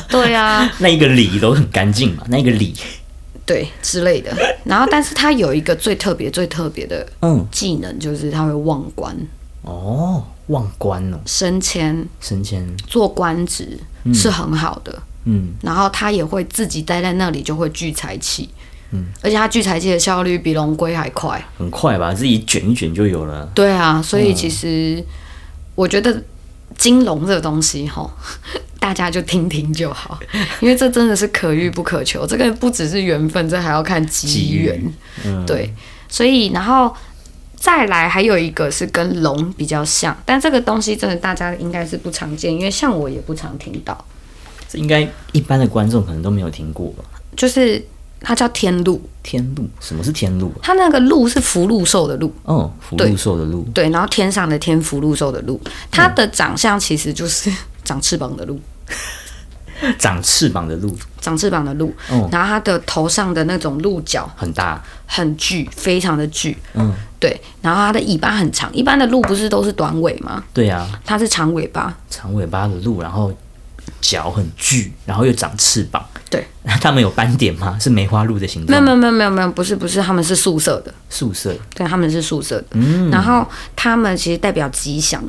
[SPEAKER 1] 对啊，
[SPEAKER 2] 那一个礼都很干净嘛，那一个礼，
[SPEAKER 1] 对之类的。然后，但是他有一个最特别、最特别的
[SPEAKER 2] 嗯
[SPEAKER 1] 技能就是他会忘关。
[SPEAKER 2] 哦，忘官哦，
[SPEAKER 1] 升迁、
[SPEAKER 2] 升迁，
[SPEAKER 1] 做官职是很好的。
[SPEAKER 2] 嗯，
[SPEAKER 1] 然后他也会自己待在那里，就会聚财气。嗯，而且他聚财气的效率比龙龟还快。
[SPEAKER 2] 很快吧，自己卷一卷就有了。
[SPEAKER 1] 对啊，所以其实我觉得金融这个东西吼， 大家就听听就好，因为这真的是可遇不可求，这个不只是缘分，这还要看机缘。
[SPEAKER 2] 嗯，，
[SPEAKER 1] 对，所以然后再来还有一个是跟龙比较像，但这个东西真的大家应该是不常见，因为像我也不常听到，
[SPEAKER 2] 这应该一般的观众可能都没有听过吧？
[SPEAKER 1] 就是它叫天禄，
[SPEAKER 2] 天禄，什么是天禄啊？
[SPEAKER 1] 它那个禄是福禄寿的禄，
[SPEAKER 2] 哦，福禄寿的禄，
[SPEAKER 1] 对，然后天上的天，福禄寿的禄，它的长相其实就是长翅膀的鹿，
[SPEAKER 2] 长翅膀的鹿，
[SPEAKER 1] 长翅膀的鹿，
[SPEAKER 2] 哦
[SPEAKER 1] 然后它的头上的那种鹿角
[SPEAKER 2] 很大，
[SPEAKER 1] 很巨，非常的巨，
[SPEAKER 2] 嗯，
[SPEAKER 1] 对，然后它的尾巴很长，一般的鹿不是都是短尾吗？
[SPEAKER 2] 对啊，
[SPEAKER 1] 它是长尾巴，
[SPEAKER 2] 长尾巴的鹿，然后脚很巨，然后又长翅膀。
[SPEAKER 1] 对，
[SPEAKER 2] 它们有斑点吗？是梅花鹿的形
[SPEAKER 1] 没有
[SPEAKER 2] 状？
[SPEAKER 1] 没有没有没有没有，不是不是，他们是素色的，
[SPEAKER 2] 宿舍
[SPEAKER 1] 对，他们是素色的，
[SPEAKER 2] 嗯
[SPEAKER 1] 然后他们其实代表吉祥、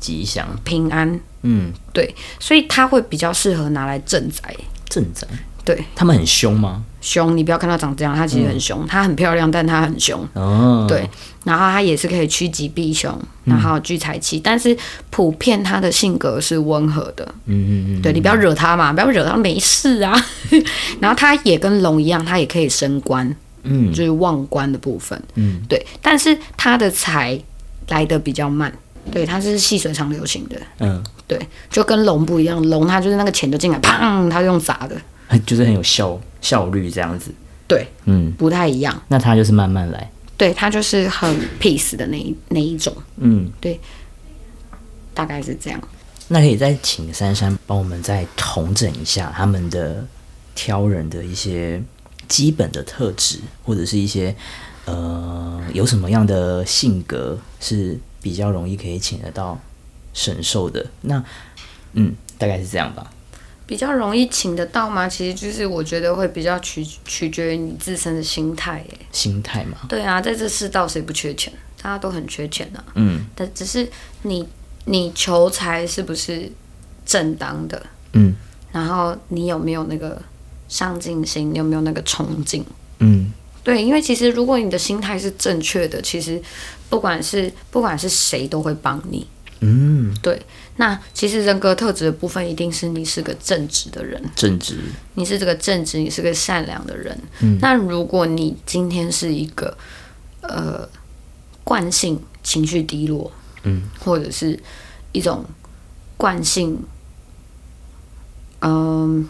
[SPEAKER 2] 吉祥，
[SPEAKER 1] 平安，
[SPEAKER 2] 嗯，
[SPEAKER 1] 对，所以它会比较适合拿来镇宅，
[SPEAKER 2] 正宅。
[SPEAKER 1] 对。
[SPEAKER 2] 它们很凶吗？
[SPEAKER 1] 凶，你不要看它长这样，它其实很
[SPEAKER 2] 嗯
[SPEAKER 1] 凶，它很漂亮，但它很凶。
[SPEAKER 2] 哦，
[SPEAKER 1] 对，，然后它也是可以趋吉避凶，
[SPEAKER 2] 嗯
[SPEAKER 1] 然后聚财气，但是普遍它的性格是温和的。
[SPEAKER 2] 嗯嗯嗯，
[SPEAKER 1] 对你不要惹它嘛，不要惹它没事啊。 然后它也跟龙一样，它也可以升官，
[SPEAKER 2] 嗯
[SPEAKER 1] 就是望官的部分。
[SPEAKER 2] 嗯，
[SPEAKER 1] 对，但是它的财来的比较慢。对，它是细水长流型的，
[SPEAKER 2] 嗯，
[SPEAKER 1] 对，就跟龙不一样，龙它就是那个钱就进来，砰，它就用砸的，
[SPEAKER 2] 很就是很有效效率这样子。
[SPEAKER 1] 对，
[SPEAKER 2] 嗯，
[SPEAKER 1] 不太一样。
[SPEAKER 2] 那它就是慢慢来。
[SPEAKER 1] 对，它就是很 peace 的那一那一种，
[SPEAKER 2] 嗯，
[SPEAKER 1] 大概是这样。
[SPEAKER 2] 那可以再请珊珊帮我们再统整一下他们的挑人的一些基本的特质，或者是一些呃有什么样的性格是比较容易可以请得到神兽的。那嗯，大概是这样吧。
[SPEAKER 1] 比较容易请得到吗？其实就是我觉得会比较取取决于你自身的心态耶。
[SPEAKER 2] 心态嘛，
[SPEAKER 1] 对啊，在这世道谁不缺钱？大家都很缺钱啊。
[SPEAKER 2] 嗯
[SPEAKER 1] 但只是你你求财是不是正当的？
[SPEAKER 2] 嗯
[SPEAKER 1] 然后你有没有那个上进心？你有没有那个冲劲？
[SPEAKER 2] 嗯
[SPEAKER 1] 对，因为其实如果你的心态是正确的，其实不管是不管是谁都会帮你。
[SPEAKER 2] 嗯，
[SPEAKER 1] 对，那其实人格特质的部分，一定是你是个正直的人。
[SPEAKER 2] 正直，
[SPEAKER 1] 你是这个正直，你是个善良的人。
[SPEAKER 2] 嗯
[SPEAKER 1] 那如果你今天是一个呃惯性情绪低落，
[SPEAKER 2] 嗯，
[SPEAKER 1] 或者是一种惯性，嗯、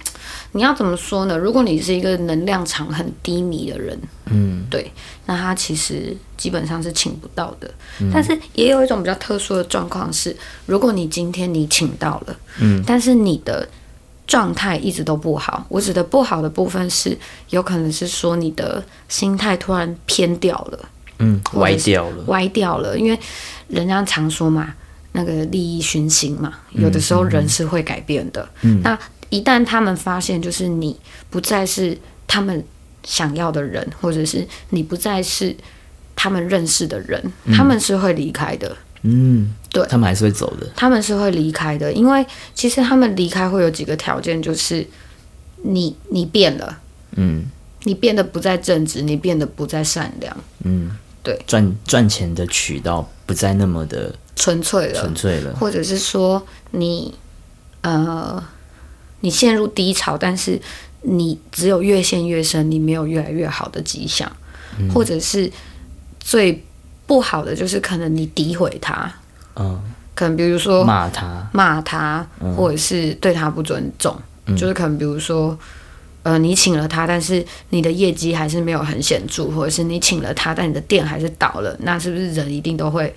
[SPEAKER 1] 你要怎么说呢？如果你是一个能量场很低迷的人，
[SPEAKER 2] 嗯
[SPEAKER 1] 对，那他其实基本上是请不到的。
[SPEAKER 2] 嗯
[SPEAKER 1] 但是也有一种比较特殊的状况是，如果你今天你请到了，
[SPEAKER 2] 嗯，
[SPEAKER 1] 但是你的状态一直都不好。我指的不好的部分是，有可能是说你的心态突然偏掉了，
[SPEAKER 2] 嗯，
[SPEAKER 1] 或
[SPEAKER 2] 歪
[SPEAKER 1] 者是
[SPEAKER 2] 掉了，
[SPEAKER 1] 歪掉了，因为人家常说嘛，那个利益熏心嘛，有的
[SPEAKER 2] 嗯
[SPEAKER 1] 时候人是会改变的。那一旦他们发现，就是你不再是他们想要的人，或者是你不再是他们认识的人，他们是会离开的。
[SPEAKER 2] 嗯，
[SPEAKER 1] 对
[SPEAKER 2] 他们还是会走的，
[SPEAKER 1] 他们是会离开的，因为其实他们离开会有几个条件，就是你你变了，
[SPEAKER 2] 嗯
[SPEAKER 1] 你变得不再正直，你变得不再善良，
[SPEAKER 2] 嗯，
[SPEAKER 1] 对，
[SPEAKER 2] 赚赚钱的渠道不再那么的
[SPEAKER 1] 纯粹了，
[SPEAKER 2] 纯粹了，
[SPEAKER 1] 或者是说你呃你陷入低潮，但是你只有越陷越深，你没有越来越好的迹象，
[SPEAKER 2] 嗯
[SPEAKER 1] 或者是最不好的就是可能你诋毁他，
[SPEAKER 2] 嗯。
[SPEAKER 1] 可能比如说
[SPEAKER 2] 骂他，
[SPEAKER 1] 骂他，
[SPEAKER 2] 嗯
[SPEAKER 1] 或者是对他不尊重，就是可能比如说，呃，你请了他，但是你的业绩还是没有很显著，或者是你请了他，但你的店还是倒了，那是不是人一定都会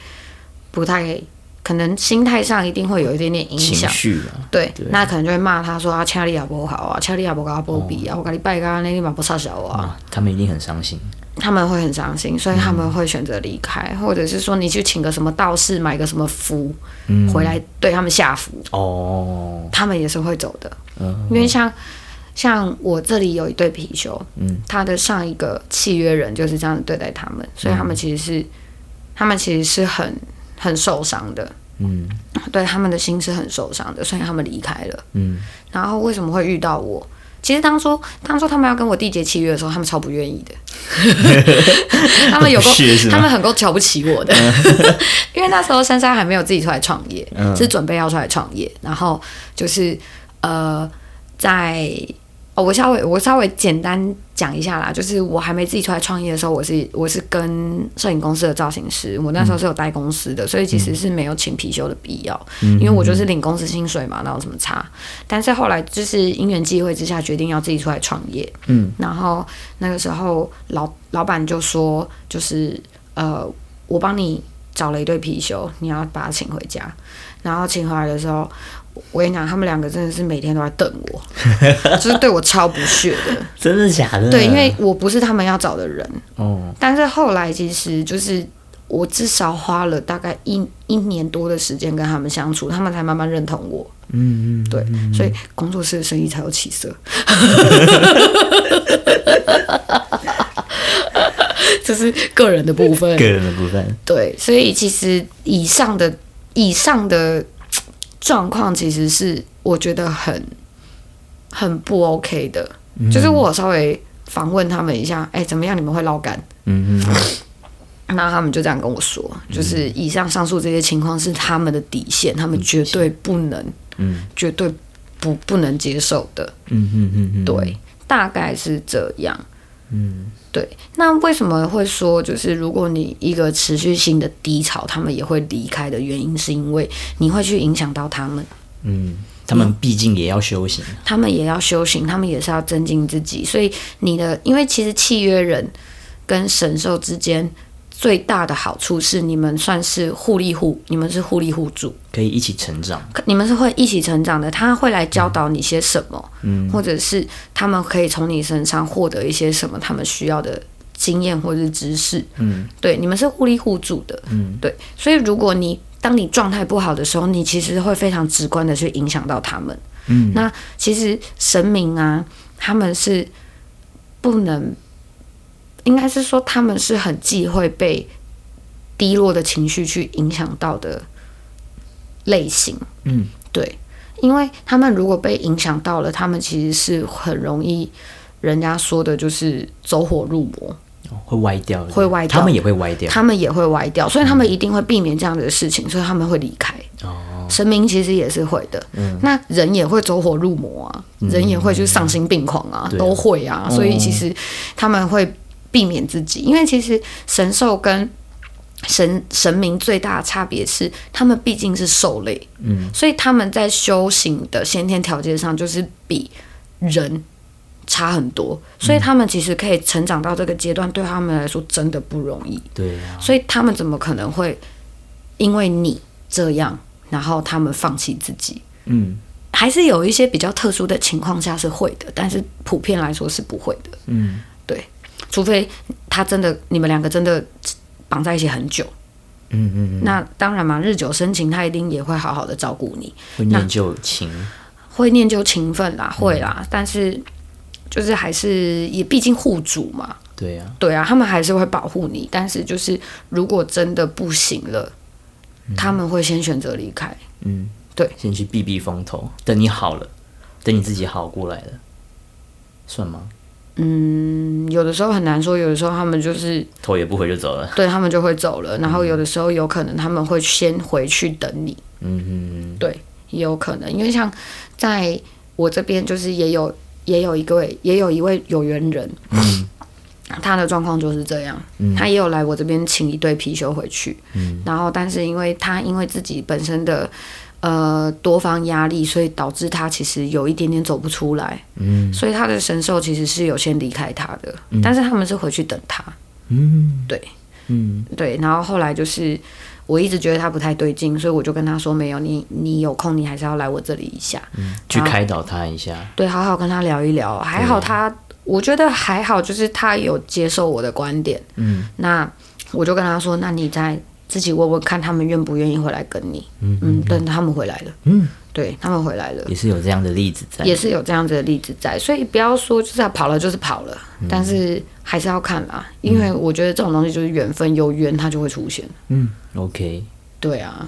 [SPEAKER 1] 不太可能心态上一定会有一点点影
[SPEAKER 2] 情
[SPEAKER 1] 响？
[SPEAKER 2] 绪啊，
[SPEAKER 1] 对，
[SPEAKER 2] 对
[SPEAKER 1] 那可能就会骂他说啊，恰利亚不好啊，恰利亚不搞波比啊，我跟你拜个那立马不差小啊，
[SPEAKER 2] 啊，他们一定很伤心。
[SPEAKER 1] 他们会很伤心，所以他们会选择离开，
[SPEAKER 2] 嗯
[SPEAKER 1] 或者是说你去请个什么道士，买个什么符、
[SPEAKER 2] 嗯
[SPEAKER 1] 回来对他们下符，
[SPEAKER 2] 哦，
[SPEAKER 1] 他们也是会走的。
[SPEAKER 2] 嗯
[SPEAKER 1] 因为像像我这里有一对貔貅，
[SPEAKER 2] 嗯，
[SPEAKER 1] 他的上一
[SPEAKER 2] 嗯
[SPEAKER 1] 个契约人就是这样对待他们，所以他们其实是、他们其实是很很受伤的，
[SPEAKER 2] 嗯
[SPEAKER 1] 对他们的心是很受伤的，所以他们离开了。
[SPEAKER 2] 嗯，
[SPEAKER 1] 然后为什么会遇到我？其实当初当初他们要跟我缔结契约的时候，他们超不愿意的。 他们有够
[SPEAKER 2] 屑是，吗
[SPEAKER 1] 他们很够瞧不起我 的，因为那时候珊珊还没有自己出来创业，
[SPEAKER 2] 嗯
[SPEAKER 1] 是准备要出来创业。然后就是呃，在哦，我稍微我稍微简单讲一下啦，就是我还没自己出来创业的时候，我是我是跟摄影公司的造型师，我那时候是有带公司的，所以其实是没有请貔貅的必要，因为我就是领公司薪水嘛，哪有什么差？但是后来就是因缘际会之下，决定要自己出来创业。
[SPEAKER 2] 嗯，
[SPEAKER 1] 然后那个时候老老板就说，就是呃，我帮你找了一对貔貅，你要把它请回家。然后请回来的时候，我我跟你讲，他们两个真的是每天都在瞪我，就是对我超不屑的。
[SPEAKER 2] 真的假的？
[SPEAKER 1] 对，因为我不是他们要找的人。
[SPEAKER 2] 哦，
[SPEAKER 1] 但是后来其实就是我至少花了大概一一年多的时间跟他们相处，他们才慢慢认同我。
[SPEAKER 2] 嗯嗯，
[SPEAKER 1] 对，所以工作室的生意才有起 色。这是个人的部分
[SPEAKER 2] 个，人的部分，
[SPEAKER 1] 对，所以其实以上的以上的状况，其实是我觉得很很不 OK 的，
[SPEAKER 2] 嗯
[SPEAKER 1] 就是我有稍微访问他们一下，哎、怎么样？你们会捞干？
[SPEAKER 2] 嗯嗯嗯
[SPEAKER 1] 那他们就这样跟我说，就是以上上述这些情况是他们的底线，他们绝对不能，
[SPEAKER 2] 嗯
[SPEAKER 1] 绝对不不能接受的。
[SPEAKER 2] 嗯嗯嗯嗯，
[SPEAKER 1] 对，大概是这样。
[SPEAKER 2] 嗯，
[SPEAKER 1] 对，那为什么会说就是如果你一个持续性的低潮，他们也会离开的原因，是因为你会去影响到他们，
[SPEAKER 2] 嗯，他们毕竟也要修行，
[SPEAKER 1] 他们也要修行，他们也是要增进自己，所以你的，因为其实契约人跟神兽之间最大的好处是你们算是互利互，你们是互利互助，
[SPEAKER 2] 可以一起成长，
[SPEAKER 1] 可你们是会一起成长的，他会来教导你些什么，
[SPEAKER 2] 嗯
[SPEAKER 1] 或者是他们可以从你身上获得一些什么他们需要的经验或是知识，
[SPEAKER 2] 嗯
[SPEAKER 1] 对，你们是互利互助的，
[SPEAKER 2] 嗯，
[SPEAKER 1] 对，所以如果你当你状态不好的时候，你其实会非常直观的去影响到他们。
[SPEAKER 2] 嗯，
[SPEAKER 1] 那其实神明啊，他们是不能，应该是说他们是很忌讳被低落的情绪去影响到的类型。
[SPEAKER 2] 嗯，
[SPEAKER 1] 对，因为他们如果被影响到了，他们其实是很容易，人家说的就是走火入魔。
[SPEAKER 2] 会歪掉，
[SPEAKER 1] 会歪掉
[SPEAKER 2] 他们也会歪掉，嗯
[SPEAKER 1] 他们也会歪掉，所以他们一定会避免这样的事情，所以他们会离开。
[SPEAKER 2] 哦，嗯
[SPEAKER 1] 神明其实也是会的，那人也会走火入魔啊，人也会去丧心病狂啊，
[SPEAKER 2] 对啊
[SPEAKER 1] 都会啊，所以其实他们会避免自己，因为其实神兽跟神神明最大的差别是，他们毕竟是兽类，
[SPEAKER 2] 嗯，
[SPEAKER 1] 所以他们在修行的先天条件上就是比人差很多，所以他们其实可以成长到这个阶段，对他们来说真的不容易。
[SPEAKER 2] 对啊，
[SPEAKER 1] 所以他们怎么可能会因为你这样，然后他们放弃自己？
[SPEAKER 2] 嗯
[SPEAKER 1] 还是有一些比较特殊的情况下是会的，但是普遍来说是不会的，
[SPEAKER 2] 嗯
[SPEAKER 1] 除非他真的你们两个真的绑在一起很久。
[SPEAKER 2] 嗯嗯，嗯
[SPEAKER 1] 那当然嘛，日久生情，他一定也会好好的照顾你，
[SPEAKER 2] 会念旧情，
[SPEAKER 1] 会念旧情分啦，会啦，但是。就是还是也毕竟护主嘛，
[SPEAKER 2] 对啊，
[SPEAKER 1] 对啊，他们还是会保护你，但是就是如果真的不行了，他们会先选择离开。
[SPEAKER 2] 嗯，
[SPEAKER 1] 对，
[SPEAKER 2] 先去避避风头，等你好了，等你自己好过来了，算吗？
[SPEAKER 1] 嗯有的时候很难说，有的时候他们就是
[SPEAKER 2] 头也不回就走了，嗯
[SPEAKER 1] 对他们就会走了，然后有的时候有可能他们会先回去等你，
[SPEAKER 2] 嗯嗯
[SPEAKER 1] 对，也有可能，因为像在我这边就是也有也有一位也有一位有缘人，
[SPEAKER 2] 嗯
[SPEAKER 1] 他的状况就是这样，他也有来我这边请一对貔貅回去，
[SPEAKER 2] 嗯
[SPEAKER 1] 然后但是因为他因为自己本身的呃多方压力，所以导致他其实有一点点走不出来，
[SPEAKER 2] 嗯
[SPEAKER 1] 所以他的神兽其实是有先离开他的，但是他们是回去等他。
[SPEAKER 2] 嗯，
[SPEAKER 1] 对，
[SPEAKER 2] 嗯
[SPEAKER 1] 对，然后后来就是我一直觉得他不太对劲，所以我就跟他说没有，你你有空你还是要来我这里一下，
[SPEAKER 2] 去
[SPEAKER 1] 啊
[SPEAKER 2] 开导他一下，
[SPEAKER 1] 对，好好跟他聊一聊。还好他，我觉得还好，就是他有接受我的观点。
[SPEAKER 2] 嗯，
[SPEAKER 1] 那我就跟他说，那你再自己问问看他们愿不愿意回来跟你。嗯等他们回来了，
[SPEAKER 2] 嗯，
[SPEAKER 1] 对他们回来了。
[SPEAKER 2] 也是有这样的例子在，
[SPEAKER 1] 也是有这样子的例子在，所以不要说就是他跑了就是跑了，
[SPEAKER 2] 嗯
[SPEAKER 1] 但是还是要看啦，因为我觉得这种东西就是缘分，有缘它就会出现。
[SPEAKER 2] 嗯，OK，
[SPEAKER 1] 对啊，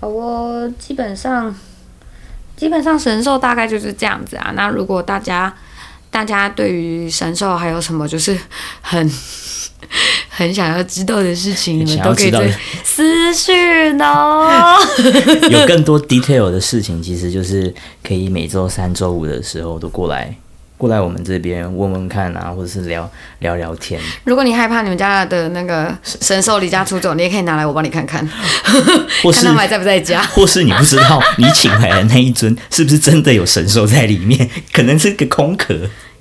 [SPEAKER 1] 好哦，基本上基本上神兽大概就是这样子啊。那如果大家大家对于神兽还有什么就是很 很想要知道的事情，你
[SPEAKER 2] 想
[SPEAKER 1] 们
[SPEAKER 2] 要
[SPEAKER 1] 都可以
[SPEAKER 2] 知道
[SPEAKER 1] 在
[SPEAKER 2] 的
[SPEAKER 1] 私讯哦。
[SPEAKER 2] 有更多 detail 的事情，其实就是可以每周三、周五的时候都过来过来我们这边问问看啊，或者是聊聊聊天。
[SPEAKER 1] 如果你害怕你们家的那个神兽离家出走，你也可以拿来我帮你看看，
[SPEAKER 2] 或
[SPEAKER 1] 看
[SPEAKER 2] 是
[SPEAKER 1] 他们还在不在家。
[SPEAKER 2] 或是你不知道你请来的那一尊是不是真的有神兽在里面，可能是个空壳。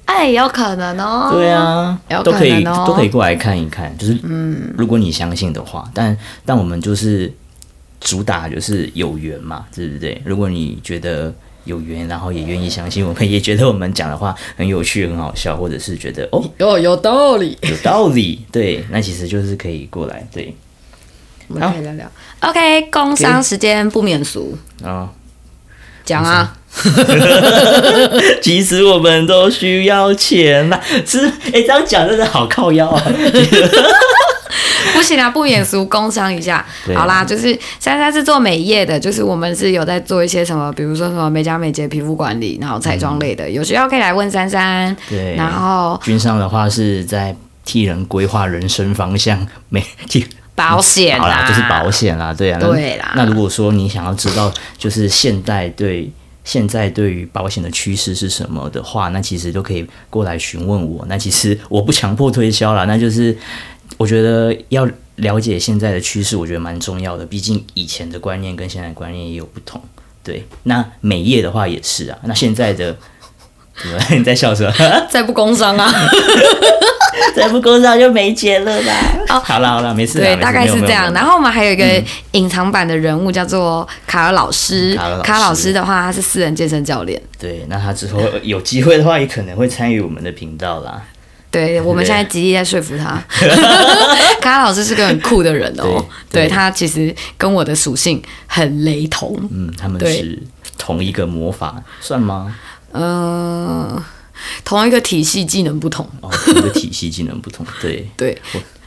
[SPEAKER 1] 哎，有可能哦。
[SPEAKER 2] 对，啊，
[SPEAKER 1] 有
[SPEAKER 2] 都可以
[SPEAKER 1] 可能哦
[SPEAKER 2] 都可以过来看一看，就是嗯，如果你相信的话，但但我们就是主打就是有缘嘛，对不对？如果你觉得有缘，然后也愿意相信，我们也觉得我们讲的话很有趣、很好笑，或者是觉得哦
[SPEAKER 1] 有有道理。
[SPEAKER 2] 有道理，对，那其实就是可以过来，对，
[SPEAKER 1] 我们可以聊聊。OK，工商时间不免俗，
[SPEAKER 2] 然后
[SPEAKER 1] 讲啊。
[SPEAKER 2] 其实我们都需要钱啦，是哎、这样讲真的好靠腰 啊，
[SPEAKER 1] 不行啊，不免俗，工商一下。
[SPEAKER 2] 对
[SPEAKER 1] 好啦，就是珊珊是做美业的，就是我们是有在做一些什么，比如说什么美甲、美睫、皮肤管理，然后彩妆类的，有需要可以来问珊珊。
[SPEAKER 2] 嗯对，
[SPEAKER 1] 然后
[SPEAKER 2] 君上的话是在替人规划人生方向，没替
[SPEAKER 1] 保险
[SPEAKER 2] 好啦，
[SPEAKER 1] 啊，
[SPEAKER 2] 就是保。险啦，对啊，那
[SPEAKER 1] 对啦
[SPEAKER 2] 那如果说你想要知道，就是现代对现在对于保险的趋势是什么的话，那其实都可以过来询问我。那其实我不强迫推销啦，那就是我觉得要了解现在的趋势，我觉得蛮重要的。毕竟以前的观念跟现在的观念也有不同。对，那美业的话也是啊，那现在的。怎么 你在笑什么？
[SPEAKER 1] 再不工商 啊，
[SPEAKER 2] 再不工上就没钱了啦。好啦好啦，没事啦。
[SPEAKER 1] 哦对，
[SPEAKER 2] 没事
[SPEAKER 1] 大概
[SPEAKER 2] 没有
[SPEAKER 1] 是
[SPEAKER 2] 没
[SPEAKER 1] 这
[SPEAKER 2] 有
[SPEAKER 1] 样。
[SPEAKER 2] 没有
[SPEAKER 1] 然后我们还有一个隐藏版的人物叫做卡尔老师，
[SPEAKER 2] 嗯卡尔老师
[SPEAKER 1] 卡尔老师的话，他是私人健身教练。
[SPEAKER 2] 对，那他之后呃有机会的话，也可能会参与我们的频道啦。
[SPEAKER 1] 对，我们现在极力在说服 他。卡拉老师是个很酷的人哦，
[SPEAKER 2] 对
[SPEAKER 1] 对
[SPEAKER 2] 对
[SPEAKER 1] 他其实跟我的属性很雷同。
[SPEAKER 2] 嗯，他们
[SPEAKER 1] 对
[SPEAKER 2] 是同一个魔法，算吗？
[SPEAKER 1] 嗯、同一个体系，技能不同。
[SPEAKER 2] 哦，同一个体系技能不同，对，
[SPEAKER 1] 对，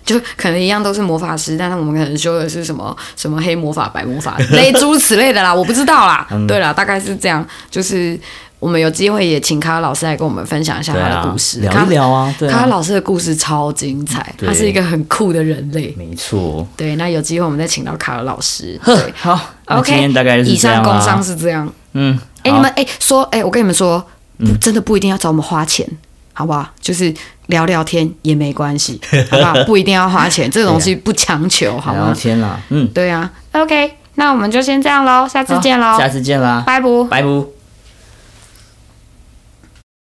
[SPEAKER 1] 就可能一样都是魔法师，但是我们可能修的是什么什么黑魔法、白魔法类诸如此类 的啦，我不知道啦。
[SPEAKER 2] 嗯
[SPEAKER 1] 对啦，大概是这样。就是我们有机会也请卡拉老师来跟我们分享一下
[SPEAKER 2] 对
[SPEAKER 1] 他
[SPEAKER 2] 啊
[SPEAKER 1] 的故事，
[SPEAKER 2] 聊一聊啊对啊
[SPEAKER 1] 卡拉老师的故事超精彩，
[SPEAKER 2] 对嗯
[SPEAKER 1] 他是一个很酷的人类。
[SPEAKER 2] 没错。
[SPEAKER 1] 对，那有机会我们再请到卡尔老师。对
[SPEAKER 2] 好，那
[SPEAKER 1] ，OK，
[SPEAKER 2] 今天大概是
[SPEAKER 1] 以
[SPEAKER 2] 这
[SPEAKER 1] 上
[SPEAKER 2] 样啊
[SPEAKER 1] 工商
[SPEAKER 2] 啦。
[SPEAKER 1] 是这样。
[SPEAKER 2] 嗯，
[SPEAKER 1] 哎、
[SPEAKER 2] 好
[SPEAKER 1] 你们哎、说哎、我跟你们说，不真的不一定要找我们花钱，好不好？就是聊聊天也没关系，好不好？不一定要花钱，这个东西不强求，好
[SPEAKER 2] 聊
[SPEAKER 1] 吗？
[SPEAKER 2] 天啦，嗯，
[SPEAKER 1] 对啊，OK，那我们就先这样喽，下次见喽，
[SPEAKER 2] 好下次见啦，
[SPEAKER 1] 拜不。
[SPEAKER 2] 拜拜。